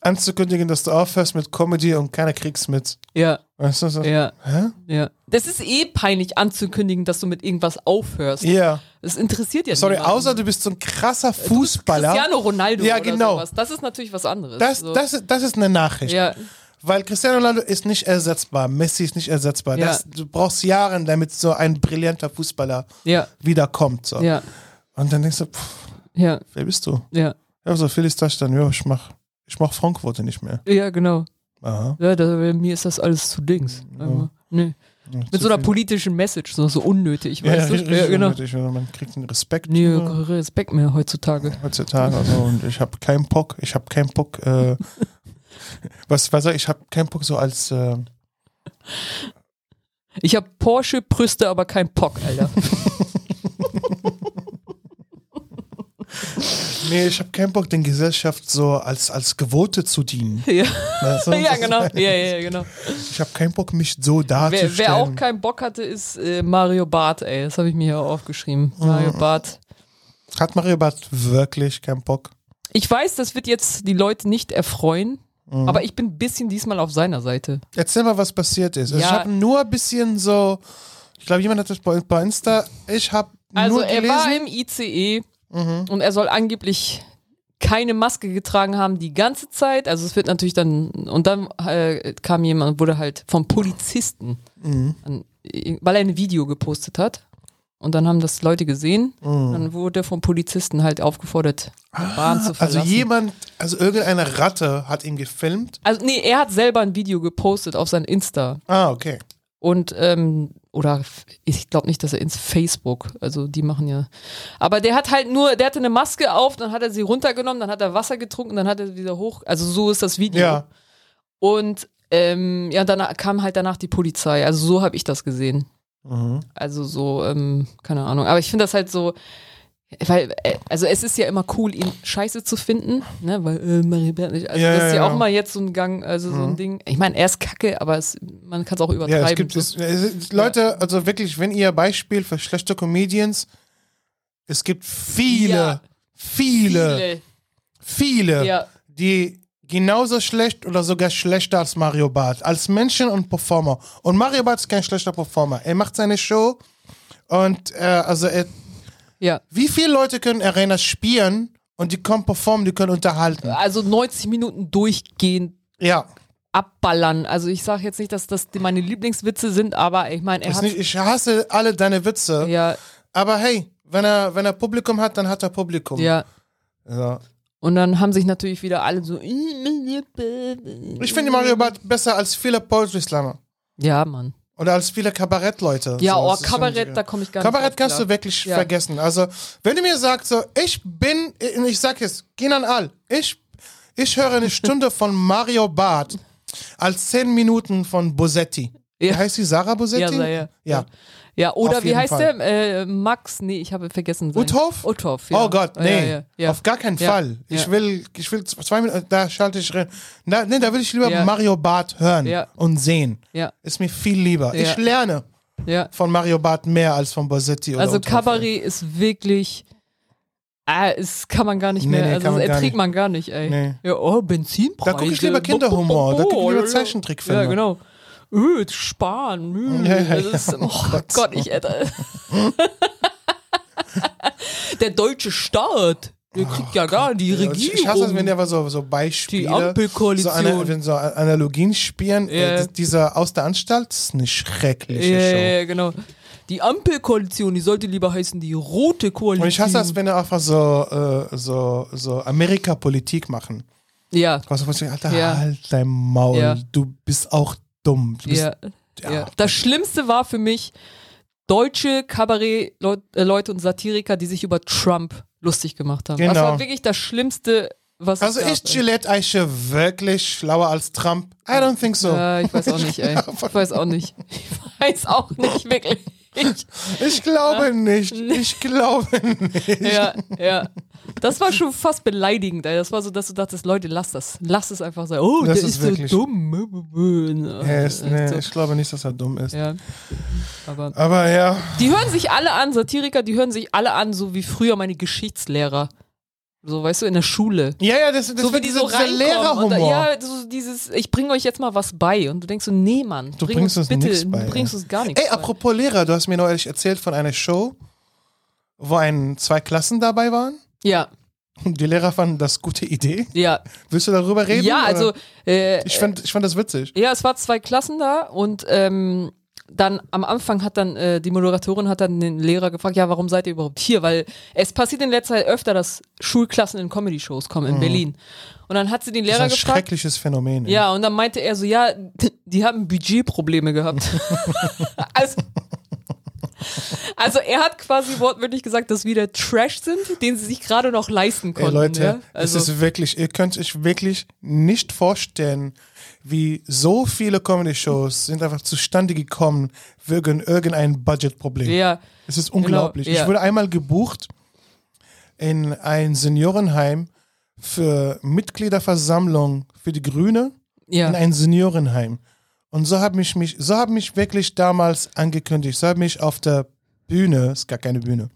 anzukündigen, dass du aufhörst mit Comedy und keiner kriegt's mit. Ja, Weißt du, so, ja, hä? ja. Das ist eh peinlich anzukündigen, dass du mit irgendwas aufhörst. Ja. Das interessiert ja Sorry, niemanden. außer du bist so ein krasser Fußballer. Cristiano Ronaldo Ja, oder genau. sowas. Das ist natürlich was anderes. Das, so. das, ist- das ist eine Nachricht. ja, Weil Cristiano Ronaldo ist nicht ersetzbar, Messi ist nicht ersetzbar. Ja. Das, du brauchst Jahre, damit so ein brillanter Fußballer ja, wiederkommt. So. ja, Und dann denkst du, pff, ja, wer bist du? ja. Ja, so viel ist das dann, ja, ich mach, ich mach Frankfurt nicht mehr. Ja, genau. Aha. Ja, da, mir ist das alles zu Dings. Ja. Nee. Ja, Mit zu so einer viel. politischen Message, so, so unnötig, ja, ja, weißt richtig du? Ja, genau. unnötig. Also Man kriegt einen Respekt Nee, ne, kein Respekt mehr heutzutage. heutzutage. Also, und ich habe keinen Bock, ich habe keinen Bock, äh, was, was sag ich, ich habe keinen Bock so als, äh, Ich hab Porsche, Brüste, aber kein Pock, Alter. nee, ich habe keinen Bock, den Gesellschaft so als, als Gewote zu dienen. ja. Weißt du? ja, genau. Ja, ja, genau. Ich habe keinen Bock, mich so darzustellen. Wer, wer auch keinen Bock hatte, ist äh, Mario Barth, ey. Das habe ich mir hier auch aufgeschrieben. Mario Barth. Hat Mario Barth wirklich keinen Bock? Ich weiß, das wird jetzt die Leute nicht erfreuen, aber ich bin ein bisschen diesmal auf seiner Seite. Erzähl mal, was passiert ist. Also Ja. Ich habe nur ein bisschen so, ich glaube, jemand hat das bei, bei Insta, ich habe Also nur er gelesen. Mhm. war im ICE und er soll angeblich keine Maske getragen haben die ganze Zeit. Also es wird natürlich dann und dann äh, kam jemand, wurde halt vom Polizisten, Mhm. an, weil er ein Video gepostet hat. Und dann haben das Leute gesehen. Mhm. Dann wurde er vom Polizisten halt aufgefordert, die Bahn zu verlassen. also jemand, also irgendeine Ratte hat ihn gefilmt. also nee, er hat selber ein Video gepostet auf sein Insta. Ah, okay. Und ähm, oder f- ich glaube nicht, dass er ins Facebook, also die machen ja. Aber der hat halt nur, der hatte eine Maske auf, dann hat er sie runtergenommen, dann hat er Wasser getrunken, dann hat er sie wieder hoch. Also so ist das Video. Ja. Und ähm, ja, dann kam halt danach die Polizei. Also so habe ich das gesehen. Mhm. Also so, ähm, keine Ahnung. Aber ich finde das halt so, Weil, äh, also es ist ja immer cool, ihn scheiße zu finden, ne? Weil, äh, Marie Bert nicht. Also Ja, das ist ja, ja, ja. Mhm. auch mal jetzt so ein Gang, also so ein Ding. Ich meine, er ist kacke, aber es, man kann es auch Ja, übertreiben. es gibt es, es, Leute, also wirklich, wenn ihr Beispiel für schlechte Comedians, es gibt viele, Ja. viele, viele, Ja. die genauso schlecht oder sogar schlechter als Mario Barth, als Menschen und Performer. Und Mario Barth ist kein schlechter Performer. Er macht seine Show und äh, also er, Ja. wie viele Leute können Arenas spielen und die können performen, die können unterhalten? Also 90 Minuten durchgehend Ja. abballern. Also ich sage jetzt nicht, dass das die- meine Lieblingswitze sind, aber ich meine, er Ist hat nicht, ich hasse alle deine Witze, ja, aber hey, wenn er, wenn er Publikum hat, dann hat er Publikum. ja. So. Und dann haben sich natürlich wieder alle so. Ich Ich finde Mario Barth besser als viele Poetry Slammer. Ja, Mann. Oder als viele Kabarettleute. Ja, So, oh, es ist irgendwie- Kabarett, da komme ich gar nicht. Kabarett drauf kannst klar. du wirklich Ja. vergessen. Also, wenn du mir sagst, so, ich bin, ich ich sag jetzt, Kinan Al, ich, ich höre eine Stunde von Mario Barth als zehn Minuten von Bosetti. Ja. Heißt sie Sarah Ja, Bosetti? sei ja. Ja. Ja, oder Auf wie jeden heißt Fall. der? Äh, Max, nee, ich habe vergessen. seinen- Uthoff? Uthoff, ja. Oh Gott, Ja, nee. Ja, ja, ja. Auf gar keinen Ja. Fall. Ich Ja. will, ich will z- zwei Minuten, da schalte ich rein. Na, nee, da will ich lieber Ja. Mario Barth hören Ja. und sehen. ja, Ist mir viel lieber. Ja. Ich lerne ja. von Mario Barth mehr als von Bosetti. Also oder Uthoff. Kabarett ist wirklich. Ah, es kann man gar nicht Nee, mehr. nee, also kann man das gar erträgt nicht. man gar nicht, ey. Nee. Ja, oh, Da Benzinpreise. gucke ich lieber Kinderhumor, da gucke ich lieber Zeichentrickfilme. Ja, genau. Öh, Spahn, mh, Ja, ja, das ist, ja. oh Gott, ich ändere. der deutsche Staat, der kriegt ja gar die Ja, Regierung. ich- Ich hasse das, wenn die aber so, so Beispiele. Die Ampelkoalition. So Ana- wenn so Analogien spielen, Ja. äh, das- dieser aus der Anstalt das ist eine schreckliche ja, Show. ja, ja, genau. Die Ampelkoalition, die sollte lieber heißen die rote Koalition. Und ich hasse das, wenn er einfach so, äh, so, so Amerika-Politik machen. Ja, Also, was ich- Alter, Ja. halt dein Maul. Ja. Du bist auch dumm. Du bist, ja, ja. ja, Das Schlimmste war für mich deutsche Kabarett-Leute und Satiriker, die sich über Trump lustig gemacht haben. Das Genau. war wirklich das Schlimmste, was Also es gab, ist ey. Gillette Eiche wirklich schlauer als Trump? I don't think so. Ja, ich weiß auch nicht, ey. Ich weiß auch nicht. Ich weiß auch nicht, wirklich. Ich glaube nicht. Ich glaube nicht. Ja, ja. Das war schon fast beleidigend, ey. Das war so, dass du dachtest, Leute, lass das. Lass es einfach sein. Oh, Das der ist ist, wirklich- so dumm. Er ist, nee, So. ich glaube nicht, dass er dumm ist. Ja. Aber Aber ja. die hören sich alle an, Satiriker, die hören sich alle an, so wie früher meine Geschichtslehrer. So, weißt du, in der Schule. Ja, ja, das, das so wie wird die dieser, so dieser reinkommen. Lehrerhumor. Und, ja, so dieses, ich bringe euch jetzt mal was bei. Und du denkst so, nee, Mann. Du bring bringst uns uns nichts bitte, bei, Du bringst uns gar nichts Ey, bei. apropos Lehrer, du hast mir neulich erzählt von einer Show, wo ein, zwei Klassen dabei waren. Ja, Und die Lehrer fanden das gute Idee. ja. Willst du darüber reden? ja, oder? also, äh, Ich fand, ich fand das witzig. Ja, es war zwei Klassen da und ähm, dann am Anfang hat dann äh, die Moderatorin hat dann den Lehrer gefragt, ja, warum seid ihr überhaupt hier? Weil es passiert in letzter Zeit öfter, dass Schulklassen in Comedy-Shows kommen in Berlin. Und dann hat sie den Mhm. Das ist Lehrer ein gefragt. schreckliches Phänomen. ey. Ja, und dann meinte er so, ja, die haben Budgetprobleme gehabt. also, also er hat quasi wortwörtlich gesagt, dass wir der Trash sind, den sie sich gerade noch leisten Ey, konnten. Leute, ja? Also, es ist wirklich, ihr könnt euch wirklich nicht vorstellen, wie so viele Comedy-Shows sind einfach zustande gekommen wegen irgendein Budgetproblem. ja, Es ist unglaublich. Genau, ja. Ich wurde einmal gebucht in ein Seniorenheim für Mitgliederversammlung für die Grüne in ja, ein Seniorenheim. Und so habe ich mich, so habe mich wirklich damals angekündigt. So habe mich auf der Bühne, ist gar keine Bühne,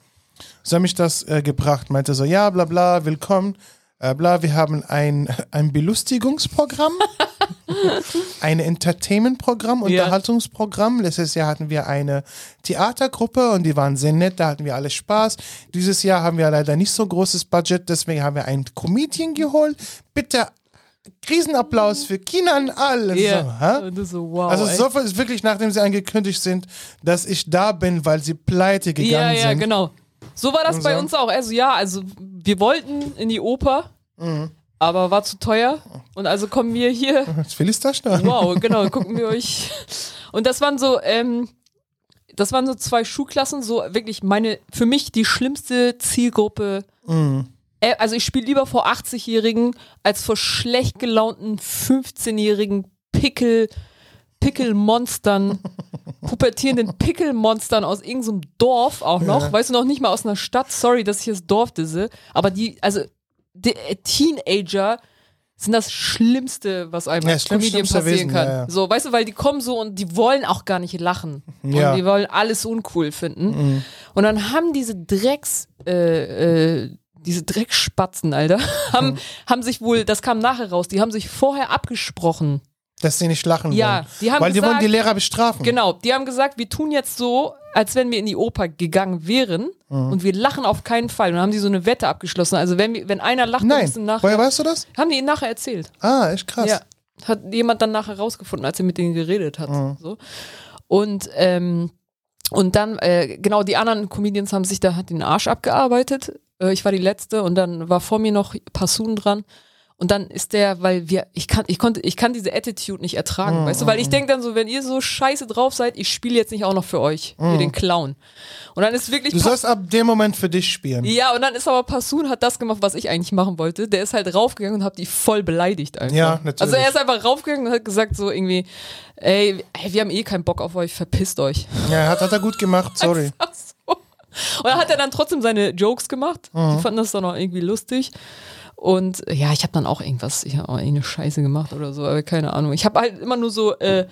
so habe mich das äh, gebracht. Meinte so, ja, bla bla, willkommen. Äh, bla, wir haben ein, ein Belustigungsprogramm, ein Entertainment-Programm, Unterhaltungsprogramm. Letztes Jahr hatten wir eine Theatergruppe und die waren sehr nett, da hatten wir alle Spaß. Dieses Jahr haben wir leider nicht so großes Budget, deswegen haben wir einen Comedian geholt. Bitte Riesenapplaus für Kinan Al. So, hä? ja. Genau, Und du so, wow. Also ey. so viel ist wirklich, nachdem sie angekündigt sind, dass ich da bin, weil sie pleite Ja, gegangen ja, sind. genau. So war das Und bei so. uns auch. Also ja, also wir wollten in die Oper, Mhm. aber war zu teuer. Und also kommen wir hier. Was will ich da schnell? Wow, genau, gucken wir euch. Und das waren so, ähm, das waren so zwei Schulklassen, so wirklich meine, für mich die schlimmste Zielgruppe. Äh, Also ich spiele lieber vor 80-Jährigen als vor schlecht gelaunten 15-jährigen Pickel, Pickelmonstern, pubertierenden Pickelmonstern aus irgendeinem Dorf auch noch. Ja. Weißt du, noch nicht mal aus einer Stadt. Sorry, dass ich das Dorf disse. Aber die, also, die äh, Teenager sind das Schlimmste, was einem Ja, als schlimm- Comedian schlimmste passieren Wesen, kann. ja, ja. So, weißt du, weil die kommen so und die wollen auch gar nicht lachen. Ja. Mhm. Und die wollen alles uncool finden. Und dann haben diese Drecks, äh, äh, diese Drecksspatzen, Alter, haben, Mhm. haben sich wohl, das kam nachher raus, die haben sich vorher abgesprochen. Dass sie nicht lachen Ja, wollen. die haben Weil die wollen gesagt- die Lehrer bestrafen. Genau, die haben gesagt, wir tun jetzt so, als wenn wir in die Oper gegangen wären und wir lachen auf keinen Fall. Und dann haben die so eine Wette abgeschlossen. Also wenn, wir- wenn einer lacht, dann Nein. müssen nachher. Woher weißt du das? Haben die ihnen nachher erzählt. Ah, echt krass. Ja. Hat jemand dann nachher rausgefunden, als er mit denen geredet hat. So. Und, ähm, und dann, äh, genau, die anderen Comedians haben sich da hat den Arsch abgearbeitet. Äh, ich war die Letzte und dann war vor mir noch Passun dran. Und dann ist der, weil wir, ich kann, ich konnte, ich kann diese Attitude nicht ertragen, weißt du, weil ich denke dann so, wenn ihr so scheiße drauf seid, ich spiele jetzt nicht auch noch für euch, für den Clown. Und dann ist wirklich Du sollst ab dem Moment für dich spielen. ja, und dann ist aber Passun hat das gemacht, was ich eigentlich machen wollte. Der ist halt raufgegangen und hat die voll beleidigt einfach. Ja, natürlich. Also er ist einfach raufgegangen und hat gesagt so irgendwie, ey, ey wir haben eh keinen Bock auf euch, verpisst euch. Ja, hat, hat er gut gemacht, sorry. Ach so. Und dann hat er dann trotzdem seine Jokes gemacht. Mhm. Die fanden das dann auch irgendwie lustig. Und äh, ja, ich habe dann auch irgendwas, ich habe auch irgendeine Scheiße gemacht oder so, aber keine Ahnung. Ich habe halt immer nur so, äh,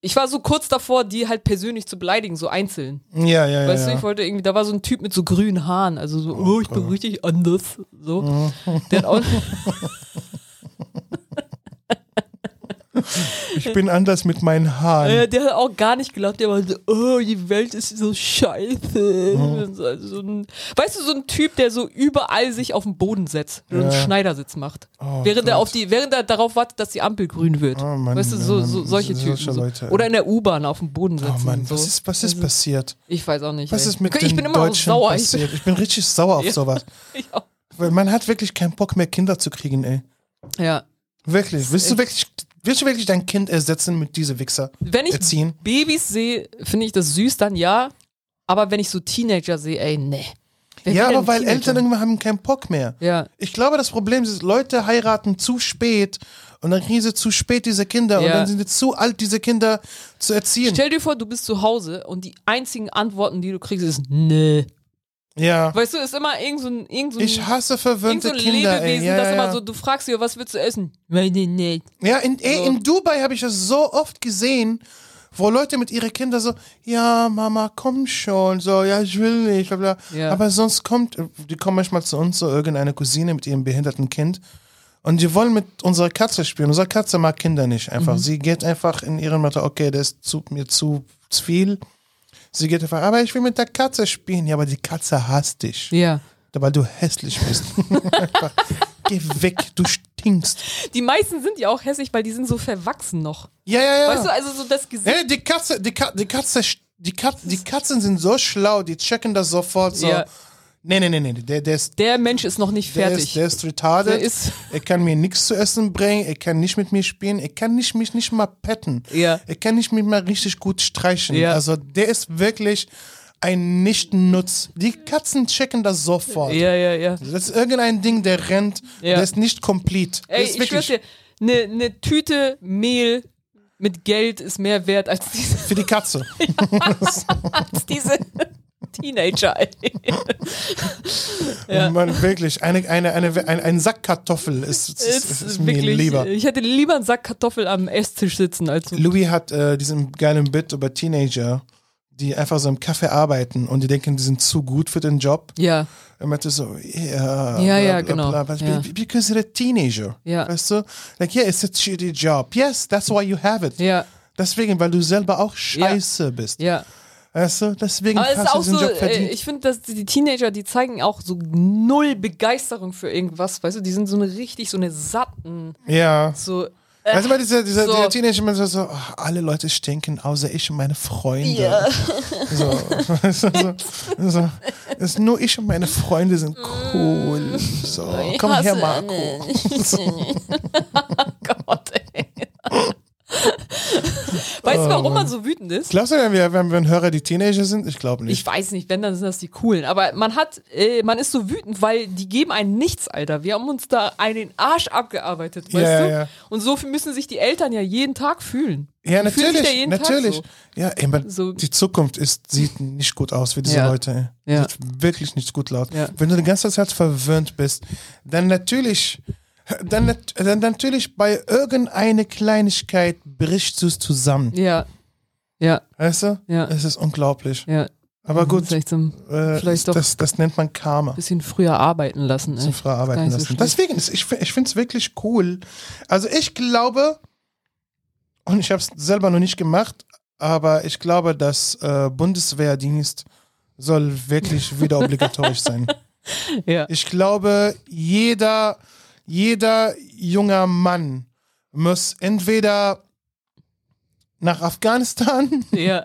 ich war so kurz davor, die halt persönlich zu beleidigen, so einzeln. Ja, ja, ja. Weißt ja. du, ich wollte irgendwie, da war so ein Typ mit so grünen Haaren, also so, oh, ich bin richtig anders. So. Der hat auch, Ich bin anders mit meinen Haaren. äh, der hat auch gar nicht gelacht, der war so, oh, die Welt ist so scheiße. So, also so ein, weißt du, so ein Typ, der so überall sich auf den Boden setzt, so einen Ja. Schneidersitz macht. Oh während, er Gott. auf die, während er darauf wartet, dass die Ampel grün wird. Oh Mann, weißt du, so, Mann, so solche solche Typen. So. Leute, ey. Oder in der U-Bahn auf dem Boden sitzen. oh Mann, so. was ist, was ist passiert? ich weiß auch nicht. Was ey. ist mit ich den bin immer noch Deutschen sauer. Ich bin, passiert? Ich bin richtig sauer auf Ja. sowas. ich auch. Weil man hat wirklich keinen Bock mehr, Kinder zu kriegen, ey. Ja. Wirklich. Willst du wirklich, willst du wirklich dein Kind ersetzen mit diese Wichser? Wenn ich Erziehen? Babys sehe, finde ich das süß, dann ja. Aber wenn ich so Teenager sehe, ey, nee. Wer Ja, will aber denn weil Teenager? Eltern irgendwann haben keinen Bock mehr. Ja. Ich glaube, das Problem ist, Leute heiraten zu spät und dann kriegen sie zu spät diese Kinder und Ja. dann sind sie zu alt, diese Kinder zu erziehen. Stell dir vor, du bist zu Hause und die einzigen Antworten, die du kriegst, ist nee. ja. Weißt du, ist immer irgend so ein, irgend so ein, Ich hasse irgend so verwöhnte ein Kinder, ey. Lebewesen, Ja, das ja, immer ja. so, du fragst sie, was willst du essen? Weiß ich nicht. Ja, in, ey, So. in Dubai habe ich das so oft gesehen, wo Leute mit ihren Kindern so, ja, Mama, komm schon, so, ja, ich will nicht, bla bla. Ja. Aber sonst kommt, die kommen manchmal zu uns, so irgendeine Cousine mit ihrem behinderten Kind. Und die wollen mit unserer Katze spielen. Unsere Katze mag Kinder nicht einfach. Mhm. Sie geht einfach in ihren Mutter, okay, der ist zu, mir zu viel. Sie geht einfach, aber ich will mit der Katze spielen. Ja, aber die Katze hasst dich, Ja. weil du hässlich bist. einfach, geh weg, du stinkst. Die meisten sind ja auch hässlich, weil die sind so verwachsen noch. Ja, ja, ja. Weißt du, also so das Gesicht. Ey, die Katze, die, Ka die Katze, die, Kat die Katzen sind so schlau, die checken das sofort so. Ja. Nee, nee, nee, nee, der, der ist, Der Mensch ist noch nicht der fertig. ist, der ist retarded. Der ist- er kann mir nichts zu essen bringen, er kann nicht mit mir spielen, er kann nicht, mich nicht mal petten. Ja. Er kann nicht mit mir richtig gut streichen. Ja. Also der ist wirklich ein Nichtnutz. Die Katzen checken das sofort. ja, ja, ja. Das ist irgendein Ding, der rennt, Ja. der ist nicht complete. Der Ey, ist ich schwör's dir, eine ne Tüte Mehl mit Geld ist mehr wert als diese, für die Katze. als diese Teenager. Ey. Ja. Man, wirklich, eine, eine, eine, ein, ein Sack Kartoffel ist, ist, ist, ist, mir lieber. Ich hätte lieber einen Sack Kartoffel am Esstisch sitzen als so. Louis hat äh, diesen geilen Bit über Teenager, die einfach so im Kaffee arbeiten und die denken, die sind zu gut für den Job. Ja, Er meinte so, yeah, Ja, ja, genau, ja. Because you're a teenager. Ja. Weißt du? Like, yeah, it's a shitty job. Yes, that's why you have it. ja, Deswegen, weil du selber auch scheiße bist. ja. Weißt du? Deswegen Aber es ist hast du auch diesen so, Job äh, verdient. ich finde, dass die Teenager, die zeigen auch so null Begeisterung für irgendwas, weißt du, die sind so eine richtig, so eine satten, ja. so, äh, Weißt du, weil dieser, dieser, so. dieser Teenager immer so, so ach, alle Leute stinken, außer ich und meine Freunde. Ja. So, weißt du, so, so, es ist nur ich und meine Freunde sind cool. So, Mm. Ich komm her, hasse- Marco. Gott, ey. Weißt du, Oh, warum Mann. man so wütend ist? Glaubst du, wenn wir, wenn wir ein Hörer, die Teenager sind? Ich glaube nicht. Ich weiß nicht, wenn, dann sind das die coolen. Aber man hat, äh, man ist so wütend, weil die geben einen nichts, Alter. Wir haben uns da einen Arsch abgearbeitet, weißt Ja, ja, du? ja. Und so müssen sich die Eltern ja jeden Tag fühlen. ja, Die fühlen sich natürlich. ja jeden Tag natürlich. so. Ja, ey, man, So. die Zukunft ist, sieht nicht gut aus für diese Ja. Leute. Ey. Ja. Sieht wirklich nicht gut aus. Ja. Wenn du die ganze Zeit verwöhnt bist, dann natürlich, dann, nat- dann natürlich bei irgendeiner Kleinigkeit brichst du es zusammen. Ja. Ja, Weißt du? Ja. Es ist unglaublich. ja. Aber gut, Vielleicht so ein äh, vielleicht doch- das, das nennt man Karma. bisschen früher arbeiten lassen. ne? zum Ey. Frau arbeiten nicht so lassen. schlecht. Deswegen, ist, ich, ich finde es wirklich cool. Also ich glaube, und ich habe es selber noch nicht gemacht, aber ich glaube, dass äh, Bundeswehrdienst soll wirklich wieder obligatorisch sein. Ja. Ich glaube, jeder, jeder junger Mann muss entweder nach Afghanistan ja.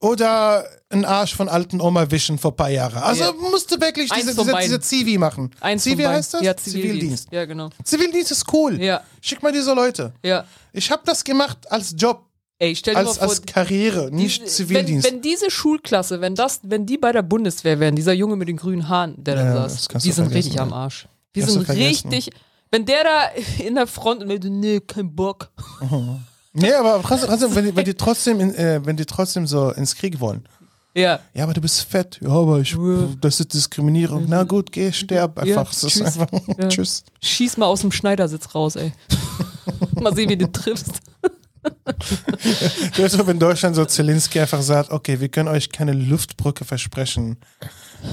oder einen Arsch von alten Oma wischen vor ein paar Jahren. Also Ja. musste wirklich Eins diese, von diese, beiden. diese Zivi machen. Eins Zivi von beiden. heißt das? Ja, Zivildienst. Ja, genau. Zivildienst ist cool. Ja, Schick mal diese Leute. ja. Ich habe das gemacht als Job, Ey, stell dir als, mal vor, als Karriere, nicht die- Zivildienst. Wenn, wenn diese Schulklasse, wenn das, wenn die bei der Bundeswehr wären, dieser Junge mit den grünen Haaren, der da Ja, das saß, kannst die du sind vergessen, richtig ja. am Arsch. Die Kannst du sind vergessen. richtig. Wenn der da in der Front und meinte, nee, kein Bock. nee, aber trotzdem, trotzdem, wenn, die- wenn die trotzdem, in, äh, wenn die trotzdem so ins Krieg wollen. Ja. Ja, aber du bist fett. Ja, aber ich, Ja. das ist Diskriminierung. Na gut, geh, sterb einfach. Ja, das ist tschüss. einfach Ja. tschüss. Schieß mal aus dem Schneidersitz raus, ey. mal sehen, wie du triffst. Das ist so, wenn Deutschland so Zelensky einfach sagt, okay, wir können euch keine Luftbrücke versprechen.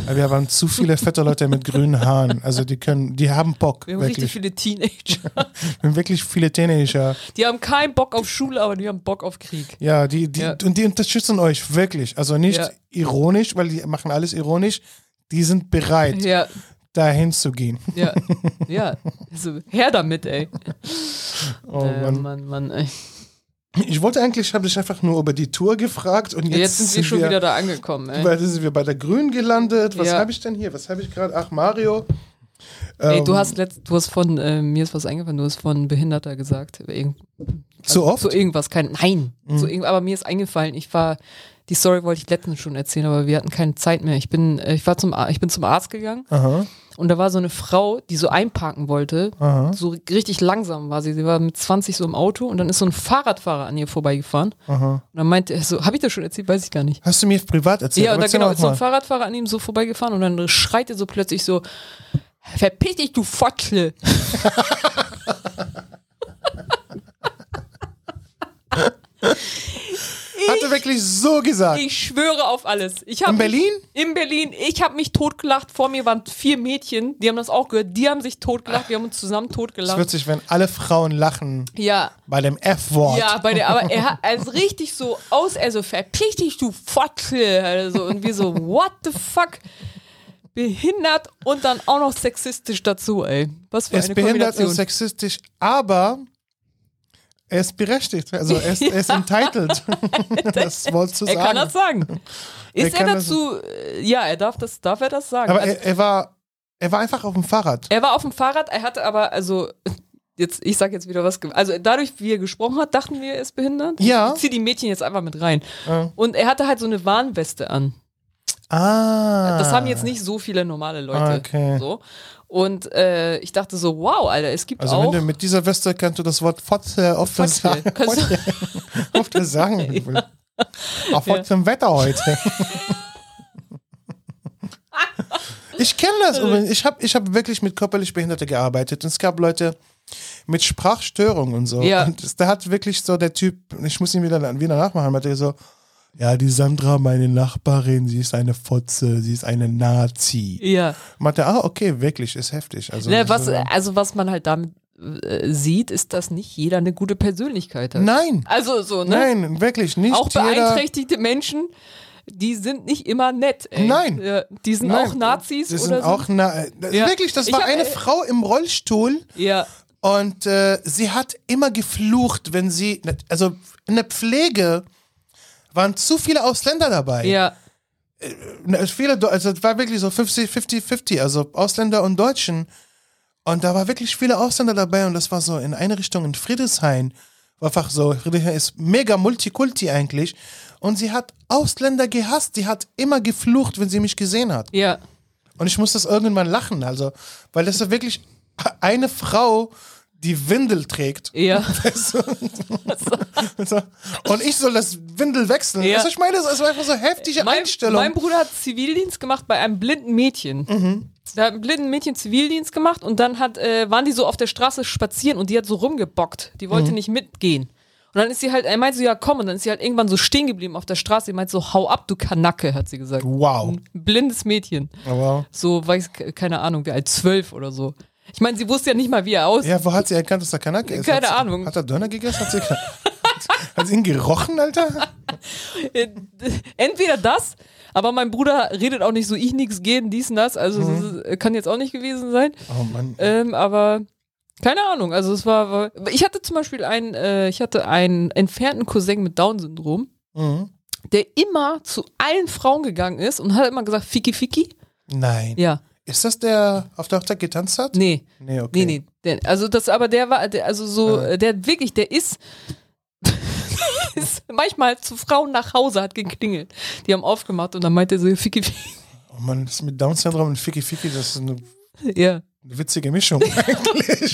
Weil wir haben zu viele fette Leute mit grünen Haaren. Also die können, die haben Bock, Wir haben wirklich. richtig viele Teenager. Wir haben wirklich viele Teenager. Die haben keinen Bock auf Schule, aber die haben Bock auf Krieg. Ja, die, die, Ja. und die unterstützen euch wirklich. Also nicht Ja. ironisch, weil die machen alles ironisch. Die sind bereit, Ja, dahin zu gehen. ja, ja. Also, her damit, ey. Oh äh, Mann. Mann, Mann, ey. Ich wollte eigentlich, ich habe dich einfach nur über die Tour gefragt und jetzt, Jetzt, sind wir schon wieder da angekommen, ey. weil sind wir bei der Grünen gelandet. Was Ja. habe ich denn hier? Was habe ich gerade? Ach, Mario. Ey, Ähm, du hast letzt, du hast von, äh, mir ist was eingefallen, du hast von Behinderter gesagt. Irgend, zu oft? Mhm. Zu irgendwas, kein, nein. Zu irgend, aber mir ist eingefallen, ich war, die Story wollte ich letztens schon erzählen, aber wir hatten keine Zeit mehr. Ich bin, äh, ich war zum, Ar- ich bin zum Arzt gegangen Aha, und da war so eine Frau, die so einparken wollte. aha, So richtig langsam war sie. Sie war mit 20 so im Auto und dann ist so ein Fahrradfahrer an ihr vorbeigefahren. aha. Und dann meinte er so, habe ich das schon erzählt? Weiß ich gar nicht. Hast du mir privat erzählt? Ja, und Aber dann erzähl genau, noch ist so ein mal. Fahrradfahrer an ihm so vorbeigefahren und dann schreit er so plötzlich so, verpiss dich, du Fottle. Hat er wirklich so gesagt? Ich schwöre auf alles. Ich hab In Berlin? Mich, in Berlin. Ich habe mich totgelacht. Vor mir waren vier Mädchen, die haben das auch gehört. Die haben sich totgelacht. Wir haben uns zusammen Es totgelacht. wird sich, wenn alle Frauen lachen Ja. bei dem F-Wort. Ja, bei der, aber er hat als richtig so aus, er so verpiss dich, du Fottel. Also, und wir so, what the fuck? Behindert und dann auch noch sexistisch dazu, ey. Was für Er ist eine behindert und Kombination. sexistisch, aber er ist berechtigt. Also er ist, er ist entitled, das Wort zu Er sagen. kann das sagen. Er Ist er, kann das- dazu, äh, ja, er darf das, darf er das sagen. aber also, er, er, war, er war einfach auf dem Fahrrad. er war auf dem Fahrrad, er hatte aber, also, jetzt, ich sag jetzt wieder was, ge- also dadurch, wie er gesprochen hat, dachten wir, er ist behindert. Ja. Ich zieh die Mädchen jetzt einfach mit rein. Ja. Und er hatte halt so eine Warnweste an. Ah. Das haben jetzt nicht so viele normale Leute. Okay. So. Und äh, ich dachte so, wow, Alter, es gibt Also wenn auch. du mit dieser Weste kannst du das Wort Fotze oft Fotze. sagen. Kannst du- Fotze. Oft sagen. Auf was zum Wetter heute. ich kenne das. übrigens. Ich habe ich hab wirklich mit körperlich Behinderte gearbeitet. Und es gab Leute mit Sprachstörungen und so. Ja. Und es- da hat wirklich so der Typ, ich muss ihn wieder, wieder nachmachen, hat er so, ja, die Sandra, meine Nachbarin, sie ist eine Fotze, sie ist eine Nazi. ja. Und hat er, ah, okay, wirklich, ist heftig. Also, Ne, das was, ist- also, was man halt damit äh, sieht, ist, dass nicht jeder eine gute Persönlichkeit hat. Nein, Also so, ne? nein, wirklich nicht. auch jeder, beeinträchtigte Menschen, die sind nicht immer nett. Ey. Nein. Ja, die sind Nein, auch Nazis Das sind oder auch na Ja. wirklich, das Ich war hab, eine äh, Frau im Rollstuhl so. Ja, und äh, sie hat immer geflucht, wenn sie also in der Pflege waren zu viele Ausländer dabei. ja, Na, Viele, Deu- also es war wirklich so 50 50 50, also Ausländer und Deutschen. Und da war wirklich viele Ausländer dabei und das war so in Einrichtung in Friedrichshain war einfach so, Friedrichshain ist mega Multikulti eigentlich. Und sie hat Ausländer gehasst. Sie hat immer geflucht, wenn sie mich gesehen hat. Ja. Und ich muss das irgendwann lachen, also, weil das ist wirklich eine Frau, die Windel trägt. Ja. Weißt du? Und so- Und ich soll das Windel wechseln. Ja. Weißt du, ich meine, das ist einfach so heftige Mein, Einstellung. mein Bruder hat Zivildienst gemacht bei einem blinden Mädchen. Da hat ein blinden Mädchen Zivildienst gemacht und dann hat, äh, waren die so auf der Straße spazieren und die hat so rumgebockt. Die wollte nicht mitgehen. Und dann ist sie halt, er meinte so, ja komm, und dann ist sie halt irgendwann so stehen geblieben auf der Straße. Sie meinte so, hau ab, du Kanacke, hat sie gesagt. wow. Ein blindes Mädchen. wow. So, weiß, keine Ahnung, wie alt, zwölf oder so. Ich meine, sie wusste ja nicht mal, wie er aussieht. Ja, wo hat sie erkannt, dass da Kanake ist? Keine hat sie, Ahnung. Hat er Döner gegessen? Hat sie, hat sie ihn gerochen, Alter? Äh, Entweder das, aber mein Bruder redet auch nicht so, ich nix gehen, dies und das. Also, Mhm. das ist, kann jetzt auch nicht gewesen sein. Oh Mann. Ähm, aber keine Ahnung. Also es war, war ich hatte zum Beispiel einen, äh, ich hatte einen entfernten Cousin mit Down-Syndrom, Mhm. der immer zu allen Frauen gegangen ist und hat immer gesagt, Fiki Fiki. Nein. Ja, Ist das der, auf der Hochzeit getanzt hat? nee, Nee, okay. nee, nee. Der, also das, aber der war, der, also so, Ja. äh, der wirklich, der ist, ist manchmal zu Frauen nach Hause hat geklingelt. Die haben aufgemacht und dann meinte er so, Fiki Fiki. Oh Mann, das mit Down-Syndrom und Ficky Ficky, das ist eine Ja. witzige Mischung eigentlich.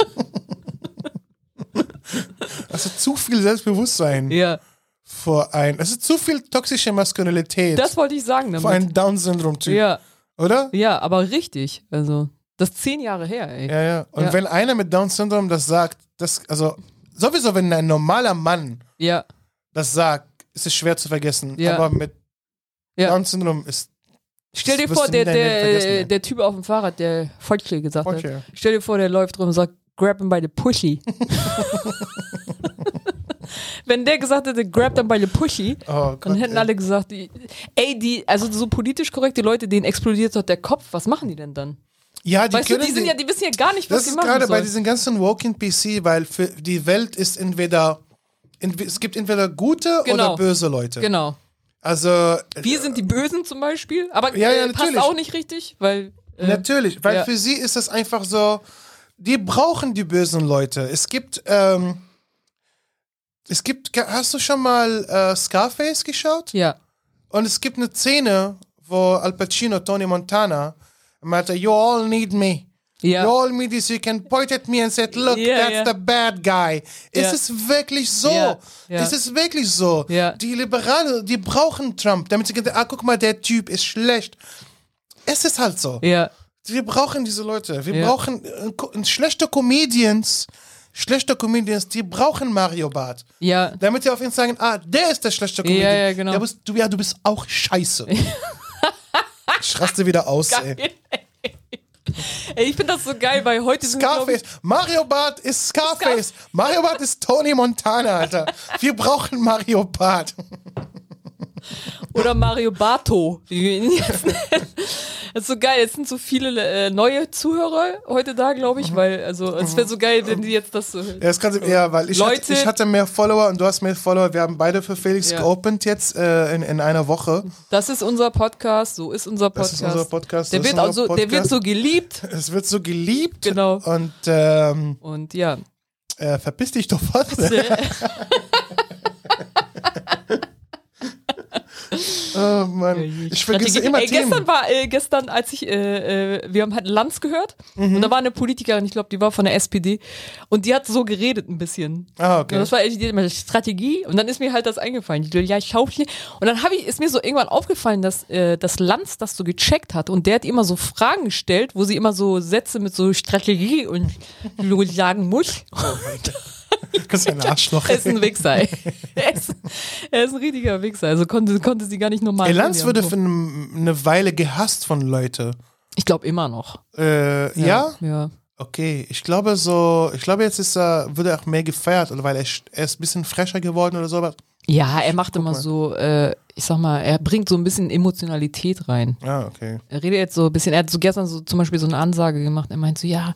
Das ist zu viel Selbstbewusstsein Ja, vor ein. Es ist zu viel toxische Maskulinität das wollte ich sagen vor damit. einem Down-Syndrom-Typ, Ja, oder? ja, aber richtig. Also, das ist zehn Jahre her, ey. Ja, ja. Und Ja. wenn einer mit Down-Syndrom das sagt, das, also sowieso, wenn ein normaler Mann ja. das sagt, ist es schwer zu vergessen. Ja. Aber mit Ja. Down-Syndrom ist. Stell dir wirst vor, du der, nie dein Leben vergessen, der, ey. der Typ auf dem Fahrrad, der Volkschläge gesagt Volkschläger. hat. Stell dir vor, der läuft rum und sagt, grab him by the pushy. Wenn der gesagt hätte, grab him by the pushy, Oh Gott, dann hätten ey. alle gesagt, die- ey, die, also so politisch korrekte Leute, denen explodiert doch der Kopf, was machen die denn dann? ja, die Weißt du, können die sind die- ja, die wissen ja gar nicht, was Das sie ist machen gerade bei sollen. diesen ganzen Woken PC, weil für die Welt ist entweder, entwe- es gibt entweder gute Genau. oder böse Leute. Genau. Also äh, Wir sind die Bösen zum Beispiel, aber Ja, ja, äh, passt natürlich. auch nicht richtig, weil äh, natürlich, weil ja. für sie ist das einfach so, die brauchen die bösen Leute. Es gibt, ähm, es gibt, hast du schon mal äh, Scarface geschaut? ja, Und es gibt eine Szene, wo Al Pacino, Tony Montana, meinte, you all need me. Ja. You all need this. You can point at me and say, look, Ja, that's ja. the bad guy. Ja. Ist es wirklich so? Ja, ja. Ist es wirklich so? Ja. Die Liberale, die brauchen Trump, damit sie denken, ah, guck mal, der Typ ist schlecht. Es ist halt so. ja, Wir brauchen diese Leute. Wir Ja. brauchen äh, ko- schlechte Comedians. Schlechte Comedians, die brauchen Mario Barth. ja. Damit sie auf ihn sagen, ah, der ist der schlechte Comedian. Ja, ja, genau. Ja, bist, du, ja, du bist auch scheiße. ich raste wieder aus, ey. Ey, ich finde das so geil, weil heute sind wir, glaub ich, Scarface. Mario Barth ist Scarface. Mario Barth ist Tony Montana, Alter. Wir brauchen Mario Barth. Oder Mario Bato, wie wir ihn jetzt nennen. Das ist so geil, jetzt sind so viele äh, neue Zuhörer heute da, glaube ich, weil, also, es wäre so geil, wenn die jetzt das so hören. Mhm. Ja, das kannst du, ja weil ich, Leute- hatte, ich hatte mehr Follower und du hast mehr Follower. Wir haben beide für Felix Ja. geopend jetzt äh, in, in einer Woche. Das ist unser Podcast, so ist unser Das Podcast. ist unser Podcast. der, das wird ist auch unser so, der wird Podcast. so geliebt Es wird so geliebt. Genau. Und ähm, und ja. äh, verpiss dich doch was. Oh Mann, ich vergesse Strategie- immer Ey, Themen. gestern war, äh, gestern, als ich, äh, äh, wir haben halt Lanz gehört Mhm. und da war eine Politikerin, ich glaube, die war von der SPD und die hat so geredet ein bisschen. Ah, okay. Und das war echt die- meine Strategie. Und dann ist mir halt das eingefallen. Ich so, ja, ich schaufle. Und dann habe ich, ist mir so irgendwann aufgefallen, dass äh, das Lanz das so gecheckt hat. Und der hat immer so Fragen gestellt, wo sie immer so Sätze mit so Strategie und so sagen muss. Das ist ein Arschloch. Er ist ein Wichser. ey. Er ist, er ist ein richtiger Wichser. Also konnte, konnte sie gar nicht normal. Ey, Lanz reden. wurde für n- eine Weile gehasst von Leute. Ich glaube immer noch. Äh, ja. Ja. Okay, ich glaube so, ich glaube jetzt ist er, wird er auch mehr gefeiert, oder weil er, sch- er ist ein bisschen fresher geworden oder so. Aber, Ja, er macht immer mal. so, äh, ich sag mal, er bringt so ein bisschen Emotionalität rein. ah, okay. Er redet jetzt so ein bisschen, er hat so gestern so zum Beispiel so eine Ansage gemacht. Er meint so, ja,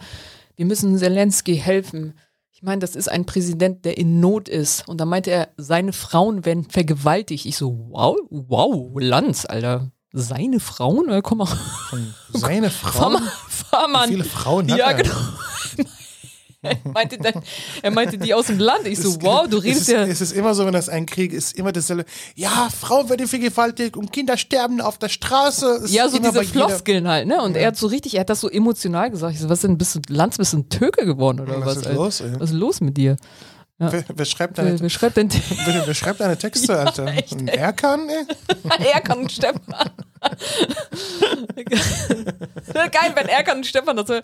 wir müssen Zelensky helfen. Ich meine, das ist ein Präsident, der in Not ist. Und da meinte er, seine Frauen werden vergewaltigt. Ich so, wow, wow, Lanz, Alter. Seine Frauen? Äh, Komm mal, Seine fahr mal, Frauen, fahr mal. viele Frauen hat Ja, er. genau. er, meinte dann, er meinte die aus dem Land. Ich so, wow, du redest es ist, ja. Es ist immer so, wenn das ein Krieg ist, immer dasselbe. Ja, Frauen werden vergewaltigt und Kinder sterben auf der Straße. Es Ja, ist so immer diese bei jeder- Floskeln halt, ne? Und er hat so richtig, er hat das so emotional gesagt. Ich so, was denn, bist du, Lanz, bist du ein Türke geworden oder Hm, Was was? ist Alter? los, ey? Was ist los mit dir? Wer, wer, schreibt Wer, deine, wer schreibt denn, wer, wer schreibt deine Texte, Alter? echt, Ein Erkan, ey? Erkan und Stefan? Geil, wenn Erkan und Stefan das hören.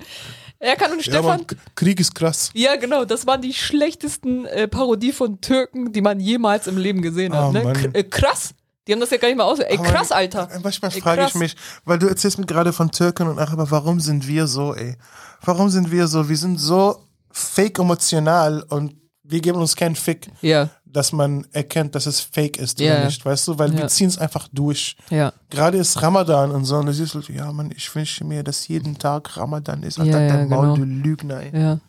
Erkan und Ja, Stefan. Mann, Krieg ist krass. Ja, genau, das waren die schlechtesten äh, Parodie von Türken, die man jemals im Leben gesehen hat. Ah, ne? Mann. K äh, krass. Die haben das ja gar nicht mal aus. Ey, Aber äh, krass, Alter. Manchmal Ey, frage ich krass. mich, weil du erzählst mir gerade von Türken und Araber, warum sind wir so, ey? Warum sind wir so? Wir sind so fake emotional und wir geben uns keinen Fick, Ja, dass man erkennt, dass es fake ist Ja. oder nicht, weißt du? Weil Ja. wir ziehen es einfach durch. ja. Gerade ist Ramadan und so und du siehst, Leute, ja Mann, ich wünsche mir, dass jeden Tag Ramadan ist. Ja, Alter, ja, der Maul, genau. du Lügner, ey. Ja,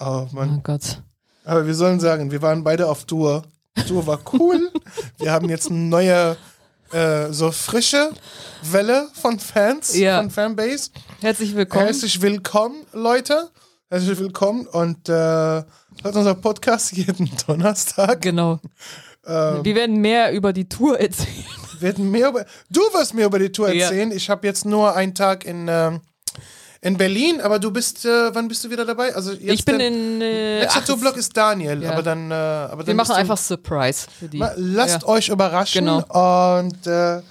Oh, Mann. oh Gott. Aber wir sollen sagen, wir waren beide auf Tour. Tour war cool. wir haben jetzt eine neue, äh, so frische Welle von Fans, Ja. von Fanbase. Herzlich willkommen. Herzlich willkommen, Leute. Herzlich willkommen und äh, hört unser Podcast jeden Donnerstag. Genau. Ähm, Wir werden mehr über die Tour erzählen. wir werden mehr über, du wirst mir über die Tour Ja. erzählen. Ich habe jetzt nur einen Tag in, ähm, in Berlin, aber du bist, äh, wann bist du wieder dabei? Also jetzt Ich bin der- in. Äh, Nächster ach, Tourblock ist Daniel, Ja. aber dann. Äh, aber dann wir bist machen du- einfach Surprise für die. Ma- Lasst ja. euch überraschen. Genau. Und äh,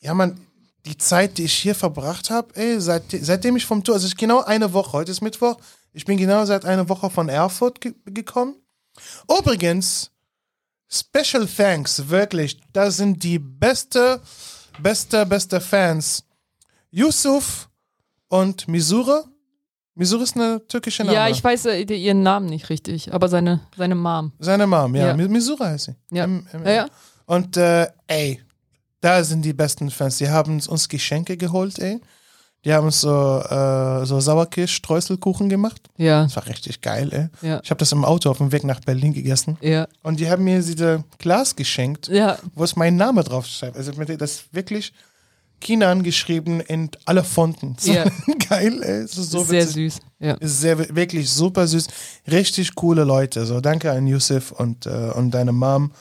ja, man, die Zeit, die ich hier verbracht habe, ey, seit, seitdem ich vom Tour, also ich genau eine Woche, heute ist Mittwoch, ich bin genau seit einer Woche von Erfurt ge gekommen. Übrigens, Special Thanks, wirklich, das sind die beste, beste, beste Fans. Yusuf und Misure. Misure ist eine türkische Name. ja, ich weiß äh, die- ihren Namen nicht richtig, aber seine, seine Mom. Seine Mom, ja. Ja. Mi- Misure heißt sie. Ja. M- M- Ja, ja. Und äh, ey, da sind die besten Fans. Die haben uns Geschenke geholt, ey. Die haben uns so, äh, so Sauerkirsch-Streuselkuchen gemacht. Ja, Das war richtig geil, ey. ja, Ich habe das im Auto auf dem Weg nach Berlin gegessen. ja. Und die haben mir diese Glas geschenkt, Ja, wo es mein Name drauf schreibt. Also mit- das ist wirklich Kinan geschrieben in alle Fonten. So Ja. geil, ey. Das ist so sehr witzig. süß. Ja. Ist sehr, wirklich super süß. Richtig coole Leute. So, danke an Yusuf und, äh, und deine Mom.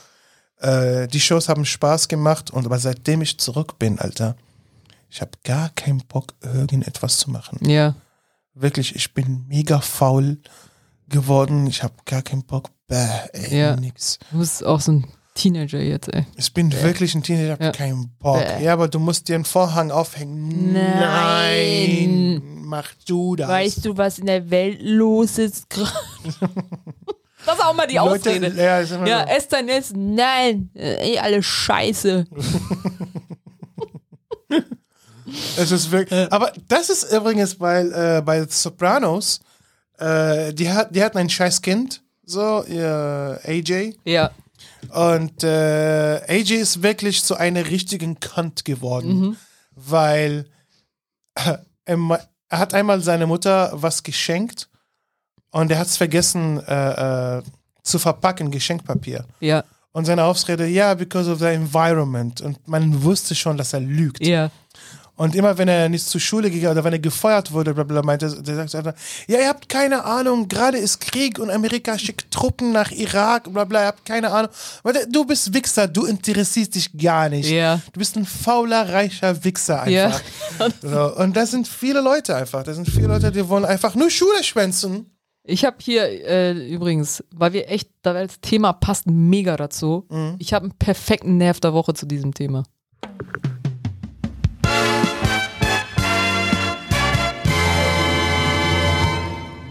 Äh, die Shows haben Spaß gemacht. Und aber seitdem ich zurück bin, Alter, ich habe gar keinen Bock, irgendetwas zu machen. ja, Wirklich, ich bin mega faul geworden. Ich habe gar keinen Bock. Bäh, ey, Ja. nix. du bist auch so ein Teenager jetzt, ey. Ich bin wirklich ein Teenager, ich habe Ja. keinen Bock. Bäh. Ja, aber du musst dir einen Vorhang aufhängen. Nein. Mach du das. du, was in der Welt los ist gerade? Das ist auch mal die Ausrede. Leute, ja, ist immer Ja, so. esst dein Netz. Nein, äh, eh alle Scheiße. Es ist wirklich. Aber das ist übrigens bei, äh, bei Sopranos, äh, die, hat, die hatten ein scheiß Kind, so, ihr AJ. Ja, Und äh, AJ ist wirklich zu einer richtigen Kant geworden, weil äh, er er hat einmal seine Mutter was geschenkt und er hat es vergessen äh, äh, zu verpacken, Geschenkpapier. ja, Und seine Ausrede, ja, because of the environment. Und man wusste schon, dass er lügt. ja. Und immer wenn er nicht zur Schule gegangen oder wenn er gefeuert wurde, bla bla, meinte, der sagt einfach, ja, ihr habt keine Ahnung, gerade ist Krieg und Amerika schickt Truppen nach Irak, bla bla, ihr habt keine Ahnung. Warte, du bist Wichser, du interessierst dich gar nicht. Ja. Du bist ein fauler, reicher Wichser Ja. einfach. So, und das sind viele Leute einfach. Das sind viele Leute, die wollen einfach nur Schule schwänzen. Ich habe hier äh, übrigens, weil wir echt, da das Thema passt mega dazu. Mhm. Ich habe einen perfekten Nerv der Woche zu diesem Thema.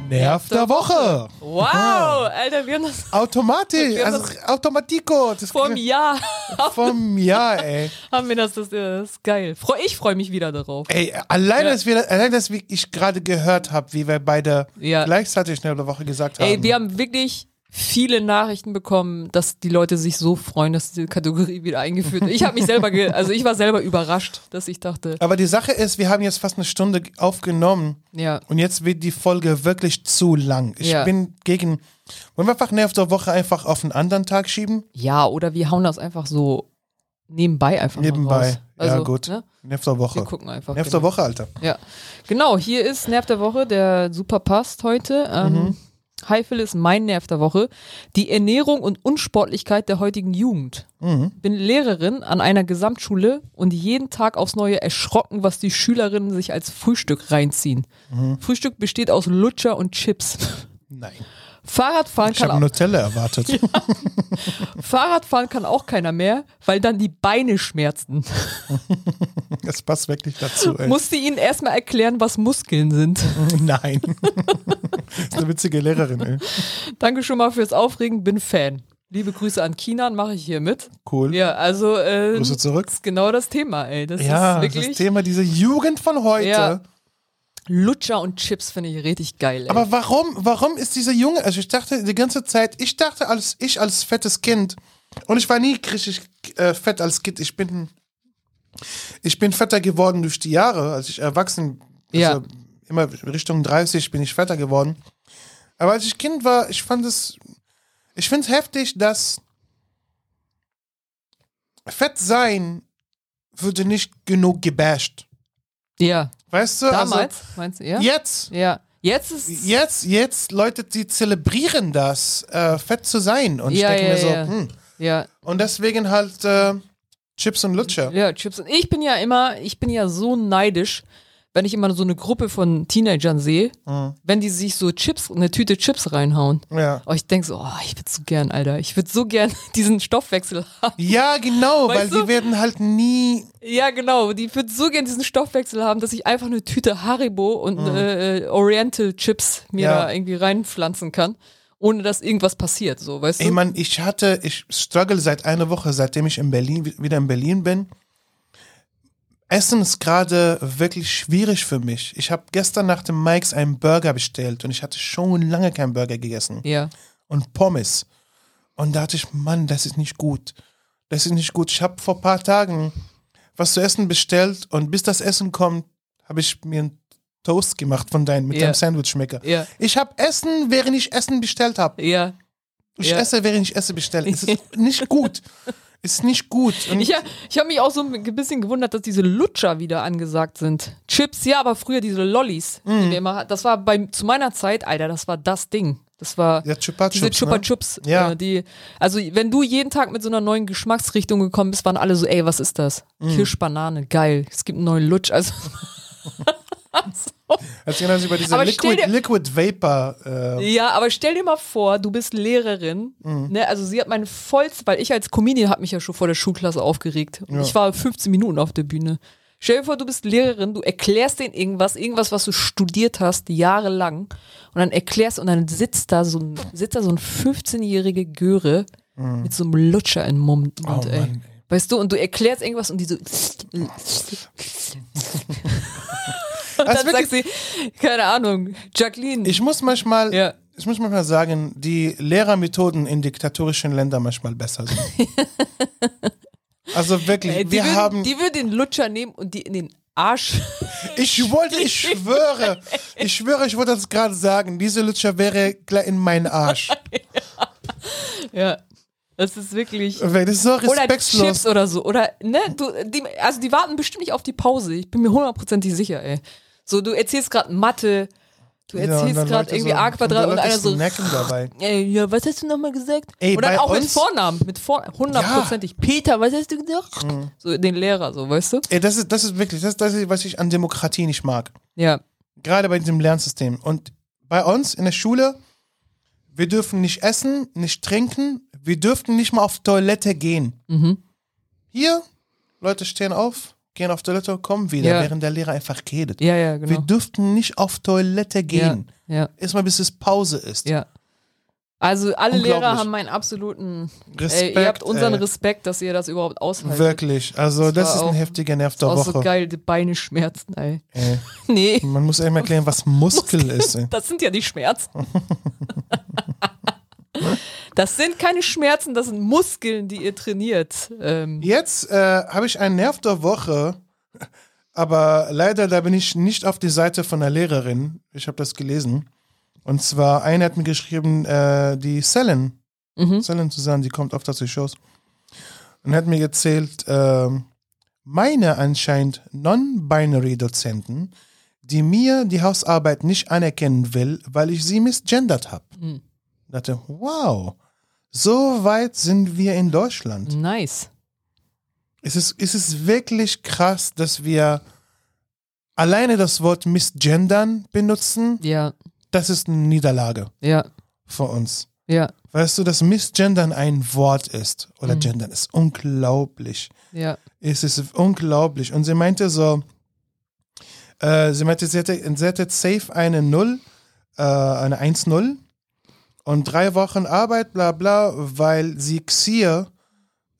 Nerv der Woche. Wow, Alter, wir haben das Automatisch, Wir haben also Automatico. Das vor einem Jahr Vom Jahr, ey. haben wir das, das, das ist geil. Freu, ich freue mich wieder darauf. Ey, allein, Ja. dass wir, allein, dass wir, ich gerade gehört habe, wie wir beide Ja. gleichzeitig schnell der Woche gesagt haben. Ey, wir haben wirklich viele Nachrichten bekommen, dass die Leute sich so freuen, dass diese Kategorie wieder eingeführt wird. Ich habe mich selber, ge also ich war selber überrascht, dass ich dachte, Aber die Sache ist, wir haben jetzt fast eine Stunde aufgenommen ja, und jetzt wird die Folge wirklich zu lang. Ich Ja. bin gegen, wollen wir einfach Nerv der Woche einfach auf einen anderen Tag schieben? ja, oder wir hauen das einfach so nebenbei einfach mal raus. Nebenbei. Also, ja, gut. Ne? Nerv der Woche. Wir gucken einfach. Nerv genau. der Woche, Alter. Ja, genau. Hier ist Nerv der Woche, der super passt heute. Ähm, Heifel ist mein Nerv der Woche. Die Ernährung und Unsportlichkeit der heutigen Jugend. Bin Lehrerin an einer Gesamtschule und jeden Tag aufs Neue erschrocken, was die Schülerinnen sich als Frühstück reinziehen. Frühstück besteht aus Lutscher und Chips. Nein. Fahrradfahren Ich kann, habe auch, Nutella erwartet. Fahrradfahren kann auch keiner mehr, weil dann die Beine schmerzen. Das passt wirklich dazu. Ey. Musste ihnen erstmal erklären, was Muskeln sind. Nein. das ist eine witzige Lehrerin. Ey. Danke schon mal fürs Aufregen, bin Fan. Liebe Grüße an Kinan, mache ich hier mit. Cool. Ja, also äh, Grüße zurück. ist genau das Thema, ey. Das Ja, ist das, wirklich Thema, diese Jugend von heute. Ja. Lutscher und Chips finde ich richtig geil, ey. Aber warum, warum ist dieser Junge, also ich dachte die ganze Zeit, ich dachte als ich als fettes Kind, und ich war nie richtig äh, fett als Kind, ich bin, ich bin fetter geworden durch die Jahre, als ich erwachsen, Ja. also immer Richtung 30 bin ich fetter geworden. Aber als ich Kind war, ich fand es, ich finde es heftig, dass fett sein würde nicht genug gebasht. ja, Weißt du? damals, meinst du, ja? Also, jetzt. Ja. Jetzt ist Jetzt, jetzt, Leute, die zelebrieren das, äh, fett zu sein. Und ich Ja, denke ja, mir so, ja. hm. ja, Und deswegen halt äh, Chips und Lutscher. ja, Chips. Und ich bin ja immer, ich bin ja so neidisch, wenn ich immer so eine Gruppe von Teenagern sehe, wenn die sich so Chips, eine Tüte Chips reinhauen. Hm. Ja. Oh, ich denke so, oh, ich würde so gern, Alter. Ich würde so gern diesen Stoffwechsel haben. Ja, genau, Weißt weil du? die werden halt nie. Ja, genau. Die würde so gern diesen Stoffwechsel haben, dass ich einfach eine Tüte Haribo und äh, äh, Oriental Chips mir Mhm. Ja. da irgendwie reinpflanzen kann, ohne dass irgendwas passiert. So, weißt Ich du? meine, ich hatte, ich struggle seit einer Woche, seitdem ich in Berlin, wieder in Berlin bin. Essen ist gerade wirklich schwierig für mich. Ich habe gestern nach dem Mike's einen Burger bestellt und ich hatte schon lange keinen Burger gegessen. Ja. und Pommes. Und da dachte ich, Mann, das ist nicht gut. Das ist nicht gut. Ich habe vor ein paar Tagen was zu essen bestellt und bis das Essen kommt, habe ich mir einen Toast gemacht von deinem mit Ja. deinem Sandwichmaker. Ja. Ich habe Essen, während ich Essen bestellt habe. Ja. Ich Ja. esse, während ich Essen bestelle. Es ist nicht gut. Ist nicht gut. Und Ich, ich habe mich auch so ein bisschen gewundert, dass diese Lutscher wieder angesagt sind. Chips, ja, aber früher diese Lollis. Mhm. Die wir immer, hat- das war bei, zu meiner Zeit, Alter, das war das Ding. Das war ja, Chupa diese Chups, Chupa ne? Chups. Ja. Äh, die, also, wenn du jeden Tag mit so einer neuen Geschmacksrichtung gekommen bist, waren alle so, ey, was ist das? Mhm. Kirschbanane, geil. Es gibt einen neuen Lutsch. Also, Als ich über diese Aber stell Liquid, dir- Liquid Vapor. Äh, Ja, aber stell dir mal vor, du bist Lehrerin. Mhm. Ne, also sie hat meine vollste, weil ich als Comedian habe mich ja schon vor der Schulklasse aufgeregt. Und Ich war 15 Minuten auf der Bühne. Stell dir vor, du bist Lehrerin, du erklärst denen irgendwas, irgendwas, was du studiert hast, jahrelang. Und dann erklärst und dann sitzt da so ein, sitzt da so ein 15-jährige Göre mit so einem Lutscher im Mund, Mund Mhm. ey. Oh Mann, Weißt du, und du erklärst irgendwas und die so. das Dann ist wirklich, sagt sie, keine Ahnung, Jacqueline. ich muss manchmal, Ja. ich muss manchmal sagen, die Lehrermethoden in diktatorischen Ländern manchmal besser sind. also wirklich, Ey, Äh, die wir würden, haben, Die würden den Lutscher nehmen und die in den Arsch. ich wollte, ich schwöre, ich schwöre, ich wollte das gerade sagen, diese Lutscher wäre gleich in meinen Arsch. ja. Das ist wirklich. Weil Das ist so Oder respektlos. Chips oder so. Oder, ne? Du, die, also, die warten bestimmt nicht auf die Pause. Ich bin mir hundertprozentig sicher, ey. So, du erzählst gerade Mathe. Du Ja, und erzählst dann gerade Leute irgendwie so- A Quadrat und Leute einer so. snacken dabei. Ey, ja, was hast du nochmal gesagt? Ey, oder bei auch mit uns- Vornamen. Mit vor, hundertprozentig. Peter, was hast du gesagt? So, den Lehrer, so, weißt du? Ey, das ist, das ist wirklich, das, das ist, was ich an Demokratie nicht mag. Ja. gerade bei diesem Lernsystem. Und bei uns in der Schule, wir dürfen nicht essen, nicht trinken, wir dürften nicht mal auf Toilette gehen. Mhm. Hier, Leute stehen auf, gehen auf Toilette, kommen wieder, Ja. während der Lehrer einfach redet. Ja, ja, Wir genau. dürften nicht auf Toilette Ja, gehen. ja. Erstmal bis es Pause ist. Ja. Also alle Lehrer Unglaublich. haben meinen absoluten Respekt, Ey, ihr habt unseren ey. Respekt, dass ihr das überhaupt aushaltet. Wirklich, also das, war ist auch- ein heftiger Nerv der Auch Woche. so geil, die Beine schmerzen, ey. Ey, Nee, man muss eben erklären, was Muskel ist. Ey. das sind ja die Schmerzen. das sind keine Schmerzen, das sind Muskeln, die ihr trainiert. Ähm, Jetzt äh, habe ich einen Nerv der Woche, aber leider da bin ich nicht auf die Seite von der Lehrerin. Ich habe das gelesen. Und zwar, eine hat mir geschrieben, äh, die Selen, mhm. Selen Susanne, die kommt oft auf die Shows. Und hat mir erzählt, ähm, meine anscheinend Non-Binary-Dozenten die mir die Hausarbeit nicht anerkennen will, weil ich sie misgendert habe. Mhm. dachte, wow, so weit sind wir in Deutschland. Nice. Es ist, es ist wirklich krass, dass wir alleine das Wort misgendern benutzen. Ja, Das ist eine Niederlage ja, für uns. ja, Weißt du, dass misgendern ein Wort ist oder Mhm. gendern ist unglaublich. ja. Es ist unglaublich. Und sie meinte so, äh, sie meinte, sie hätte, sie hätte safe eine Null, äh, eine 1-0 und drei Wochen Arbeit, bla bla, weil sie Xier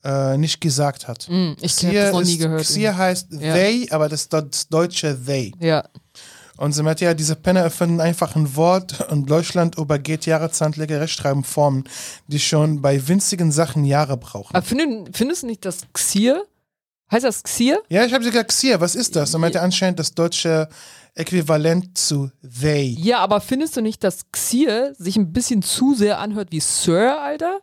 äh, nicht gesagt hat. Mhm. Ich habe das noch nie ist- gehört. Xier heißt Ja. they, aber das, das deutsche they. ja, Und sie meinte, ja, diese Penner erfinden einfach ein Wort und Deutschland übergeht jahrezehntelige Rechtschreibungsformen, die schon bei winzigen Sachen Jahre brauchen. aber find, findest du nicht das Xier? Heißt das Xier? Ja, ich habe sie gesagt, Xier, was ist das? Und meinte anscheinend das deutsche Äquivalent zu they. Ja, aber findest du nicht, dass Xier sich ein bisschen zu sehr anhört wie Sir, Alter?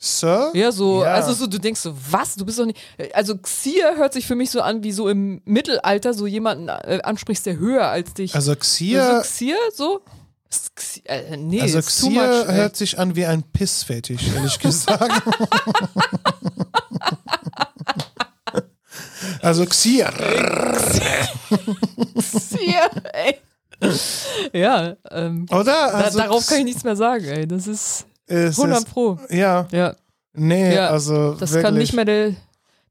Sir? Ja, so, Ja. also so, du denkst so, was? Du bist doch nicht. Also Xier hört sich für mich so an, wie so im Mittelalter so jemanden äh, ansprichst, der höher als dich. Also Xier, so Xier, so? S- Xi- Äh, nee, also ist too much. Xier ey. hört sich an wie ein Pissfetisch, ehrlich gesagt. also Xier. Xier, ey. Ja, ähm, Oder? Also da, darauf kann ich nichts mehr sagen, ey. Das ist es 100 ist, Pro. Ja, Ja, nee, Ja, also das wirklich. kann nicht mehr der,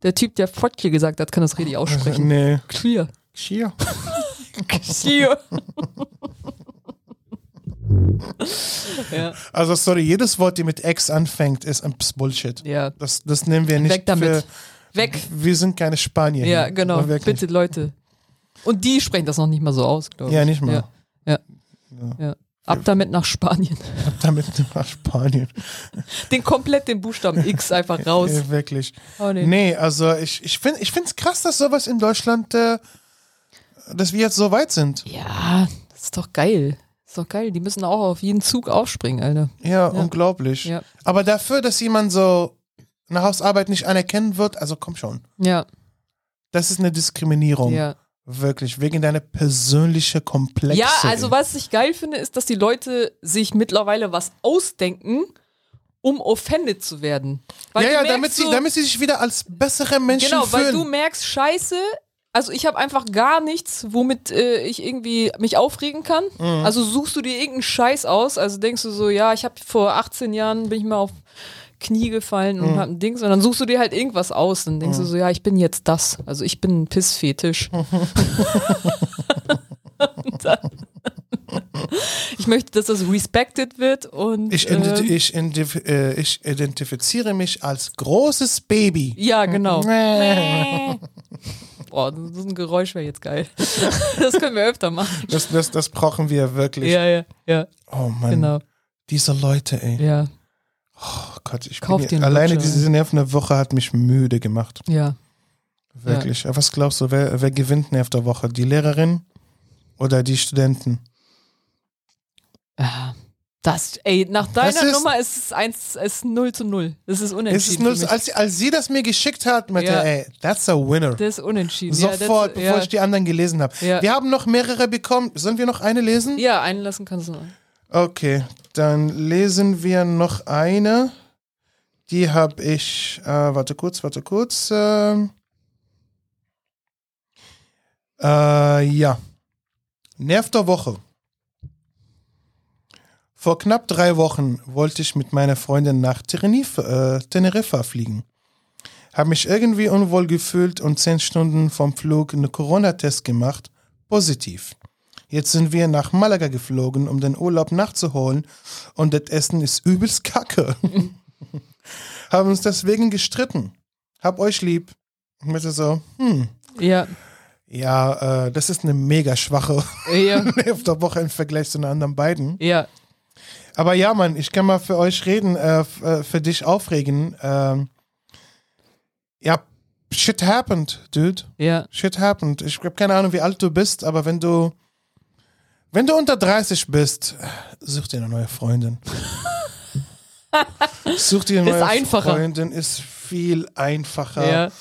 der Typ, der Fotje gesagt hat, kann das richtig aussprechen. Nee. Clear. Xier. Clear. ja, Also sorry, jedes Wort, die mit X anfängt, ist ein Ps- Bullshit. ja. Das, das nehmen wir nicht Weg damit. für... Weg. Wir sind keine Spanier. Ja, hier. genau. Wirklich. Bitte, Leute. Und die sprechen das noch nicht mal so aus, glaube ich. Ja, nicht mal. Ja. Ja. Ja. ja. Ab damit nach Spanien. Damit nach Spanien. Den komplett den Buchstaben X einfach raus. Äh, wirklich. Oh, nee. Nee, also ich, ich finde es krass, dass sowas in Deutschland, äh, dass wir jetzt so weit sind. Ja, das ist doch geil. Das ist doch geil. Die müssen auch auf jeden Zug aufspringen, Alter. Ja, unglaublich. Ja. Aber dafür, dass jemand so eine Hausarbeit nicht anerkennen wird, also komm schon. Ja, Das ist eine Diskriminierung. ja. Wirklich. Wegen deiner persönlichen Komplexe. Ja, also was ich geil finde, ist, dass die Leute sich mittlerweile was ausdenken, um offended zu werden. Weil ja, du ja, merkst damit sie, so, damit sie sich wieder als bessere Menschen Genau, weil fühlen. du merkst, scheiße, also ich habe einfach gar nichts, womit äh, ich irgendwie mich aufregen kann. Mhm. Also suchst du dir irgendeinen Scheiß aus, also denkst du so, ja, ich habe vor 18 Jahren bin ich mal auf Knie gefallen Mhm. und hab ein Dings und dann suchst du dir halt irgendwas aus und denkst du so, ja, ich bin jetzt das, also ich bin ein Pissfetisch. Und dann- ich möchte, dass das respected wird und ich, ident- äh, ich, identif äh, ich identifiziere mich als großes Baby. ja, genau. Mhm. Mäh. Boah, das ist ein Geräusch wäre jetzt geil. Das können wir öfter machen. Das, das, das brauchen wir wirklich. Ja, ja, ja, Oh Mann, genau. diese Leute, ey. Ja, Oh Gott, ich Kauf bin dir einen alleine Lutscher, diese nervende Woche hat mich müde gemacht. ja. Wirklich. Aber Was glaubst du, wer, wer gewinnt nervt der Woche? Die Lehrerin oder die Studenten? Ah, Das, ey, nach deiner Das ist- Nummer ist es 1, ist 0 zu 0. Das ist Es ist unentschieden. nur, für so, mich. als, als sie das mir geschickt hat, meinte Ja. ey, that's a winner. das ist unentschieden. Sofort, ja, bevor das, ich die anderen gelesen habe. Ja. Wir haben noch mehrere bekommen. Sollen wir noch eine lesen? ja. ja, einlassen kannst du noch. Okay, dann lesen wir noch eine. Die habe ich. Äh, warte kurz, warte kurz. ähm. äh, ja. Nerv der Woche. Vor knapp drei Wochen wollte ich mit meiner Freundin nach Teneriffa, äh, Teneriffa fliegen. Habe mich irgendwie unwohl gefühlt und zehn Stunden vom Flug einen Corona-Test gemacht. Positiv. Jetzt sind wir nach Malaga geflogen, um den Urlaub nachzuholen und das Essen ist übelst kacke. Haben uns deswegen gestritten. Hab euch lieb. Ich meinte so, hm, Ja, ja, äh, das ist eine mega schwache ja, auf der Woche im Vergleich zu den anderen beiden. ja. Aber ja, Mann, ich kann mal für euch reden, äh, f- äh, für dich aufregen. Ähm, ja, shit happened, dude. Ja, Shit happened. Ich habe keine Ahnung, wie alt du bist, aber wenn du wenn du unter 30 bist, such dir eine neue Freundin. such dir eine Ist neue einfacher. Freundin ist viel einfacher. ja,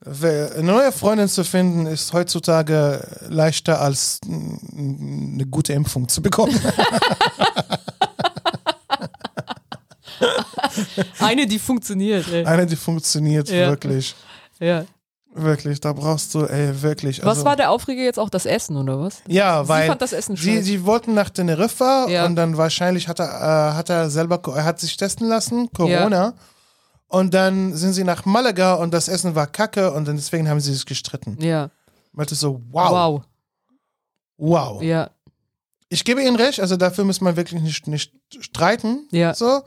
we- eine neue Freundin zu finden, ist heutzutage leichter als mm, eine gute Impfung zu bekommen. Eine, die funktioniert, ey. Eine, die funktioniert Ja. wirklich. Ja. Wirklich, da brauchst du, ey, wirklich. Was also- war der Aufreger jetzt auch? Das Essen, oder was? Ja, Sie weil fand das Essen sie, schön. sie wollten nach Teneriffa Ja. und dann wahrscheinlich hat er, äh, hat er selber, er hat sich testen lassen, Corona. Und dann sind sie nach Malaga und das Essen war kacke und dann deswegen haben sie sich gestritten. ja. Ich dachte so, wow, Wow. wow. Ja. Ich gebe ihnen recht, also dafür muss man wirklich nicht, nicht streiten. Ja. So,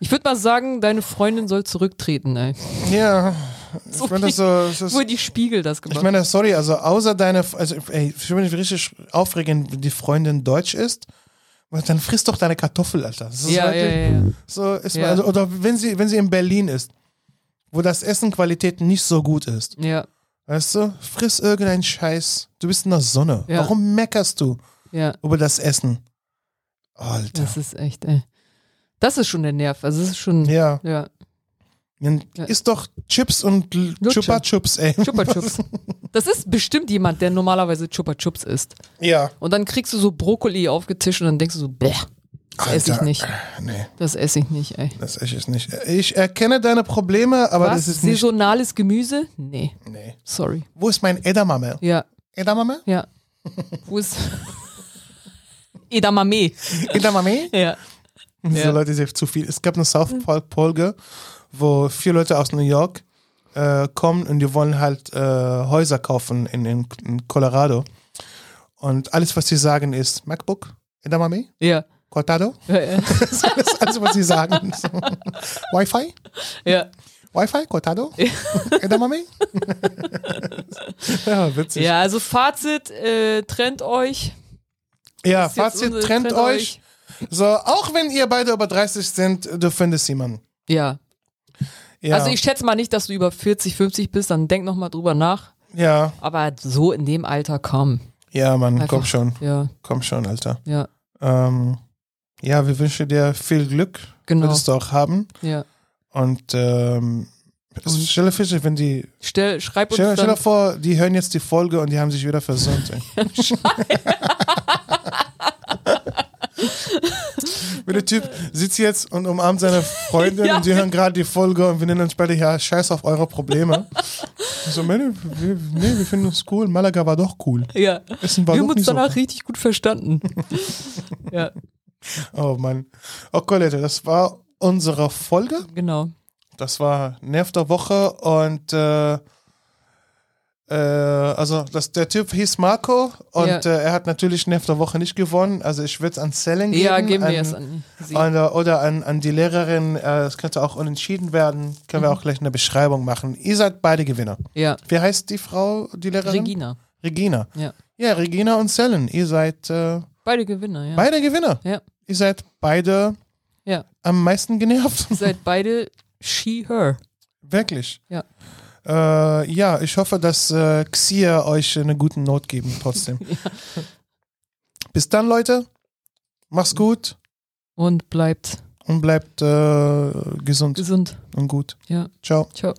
Ich würde mal sagen, deine Freundin soll zurücktreten, ey. ja. So ich meine, das so, es ist, Wo die Spiegel das ich gemacht meine, sorry, also außer deine, also ey, ich finde mich richtig aufregend, wenn die Freundin deutsch ist. weil Dann frisst doch deine Kartoffel, Alter. Das ist ja, wirklich- ja, ja, ja. So ist Ja. man, also, oder wenn sie, wenn sie in Berlin ist, wo das Essen Qualität nicht so gut ist, Ja, weißt du, friss irgendeinen Scheiß. Du bist in der Sonne. Ja. Warum meckerst du ja. über das Essen? Alter. Das ist echt, ey. Das ist schon der Nerv. Also, das ist schon. Ja. Ja, ja. dann Ja. isst doch Chips und L- Lutsche. Chupa Chups, ey. Chupa Chups. Das ist bestimmt jemand, der normalerweise Chupa Chups isst. Ja. Und dann kriegst du so Brokkoli aufgetischt und dann denkst du so, bäh, das esse ich Alter, nicht. äh, Nee, Das esse ich nicht, ey. das esse ich nicht. Ich erkenne deine Probleme, aber Was? das ist nicht. Saisonales Gemüse? Nee, Nee. sorry. Wo ist mein Edamame? Ja, Edamame? ja. Wo ist. Edamame. Edamame? Ja. Diese Ja. Leute sind zu viel. Es gab eine South Park Folge, wo vier Leute aus New York äh, kommen und die wollen halt äh, Häuser kaufen in, in, in Colorado. Und alles, was sie sagen, ist MacBook, Edamame, Ja. Cortado. Ja, ja. Das ist alles, alles, was sie sagen. So. Wi-Fi, ja. Wi-Fi, Cortado, Edamame. ja, witzig. Ja, ja also Fazit, äh, trennt euch. Das ist jetzt Fazit, unsere- trennt euch. So, auch wenn ihr beide über 30 sind, du findest jemanden. Ja. Ja, Also ich schätze mal nicht, dass du über 40, 50 bist, dann denk nochmal drüber nach. ja, Aber so in dem Alter komm. ja, Mann, Einfach- komm schon. Ja, Komm schon, Alter. ja, Ähm, ja, wir wünschen dir viel Glück. genau. Würdest du auch haben. Ja. Und ähm, also stell dir Fische, wenn die. Stell, schreib uns Stell, stell dir dann, vor, die hören jetzt die Folge und die haben sich wieder versöhnt. Wie der Typ sitzt jetzt und umarmt seine Freundin Ja. und die hören gerade die Folge und wir nennen uns beide ja scheiß auf eure Probleme. Ich so, nee, wir, nee, wir finden uns cool. Malaga war doch cool. ja. Essen war Wir doch haben uns nicht so danach richtig gut verstanden. ja, Oh Mann. Okay, Leute, das war unsere Folge. genau. Das war Nerv der Woche und äh, äh, also das, der Typ hieß Marco und Ja. äh, er hat natürlich Nerv der Woche nicht gewonnen. Also ich würde es an Selling geben. Ja, geben an, wir es an sie. an- oder an, an die Lehrerin. Äh, Es könnte auch unentschieden werden. Können Mhm. wir auch gleich eine Beschreibung machen. Ihr seid beide Gewinner. Ja, Wie heißt die Frau, die Lehrerin? Regina. Regina. Ja. Ja, Regina und Selen. Ihr seid äh, Beide Gewinner, ja. beide Gewinner. Ja. Ihr seid beide Ja. am meisten genervt. Ihr seid beide she, her. Wirklich. Ja. Äh, ja, ich hoffe, dass äh, Xia euch eine gute Not geben trotzdem. Bis dann, Leute. Macht's gut Und bleibt und bleibt äh, gesund gesund. und gut. Ja. Ciao. Ciao.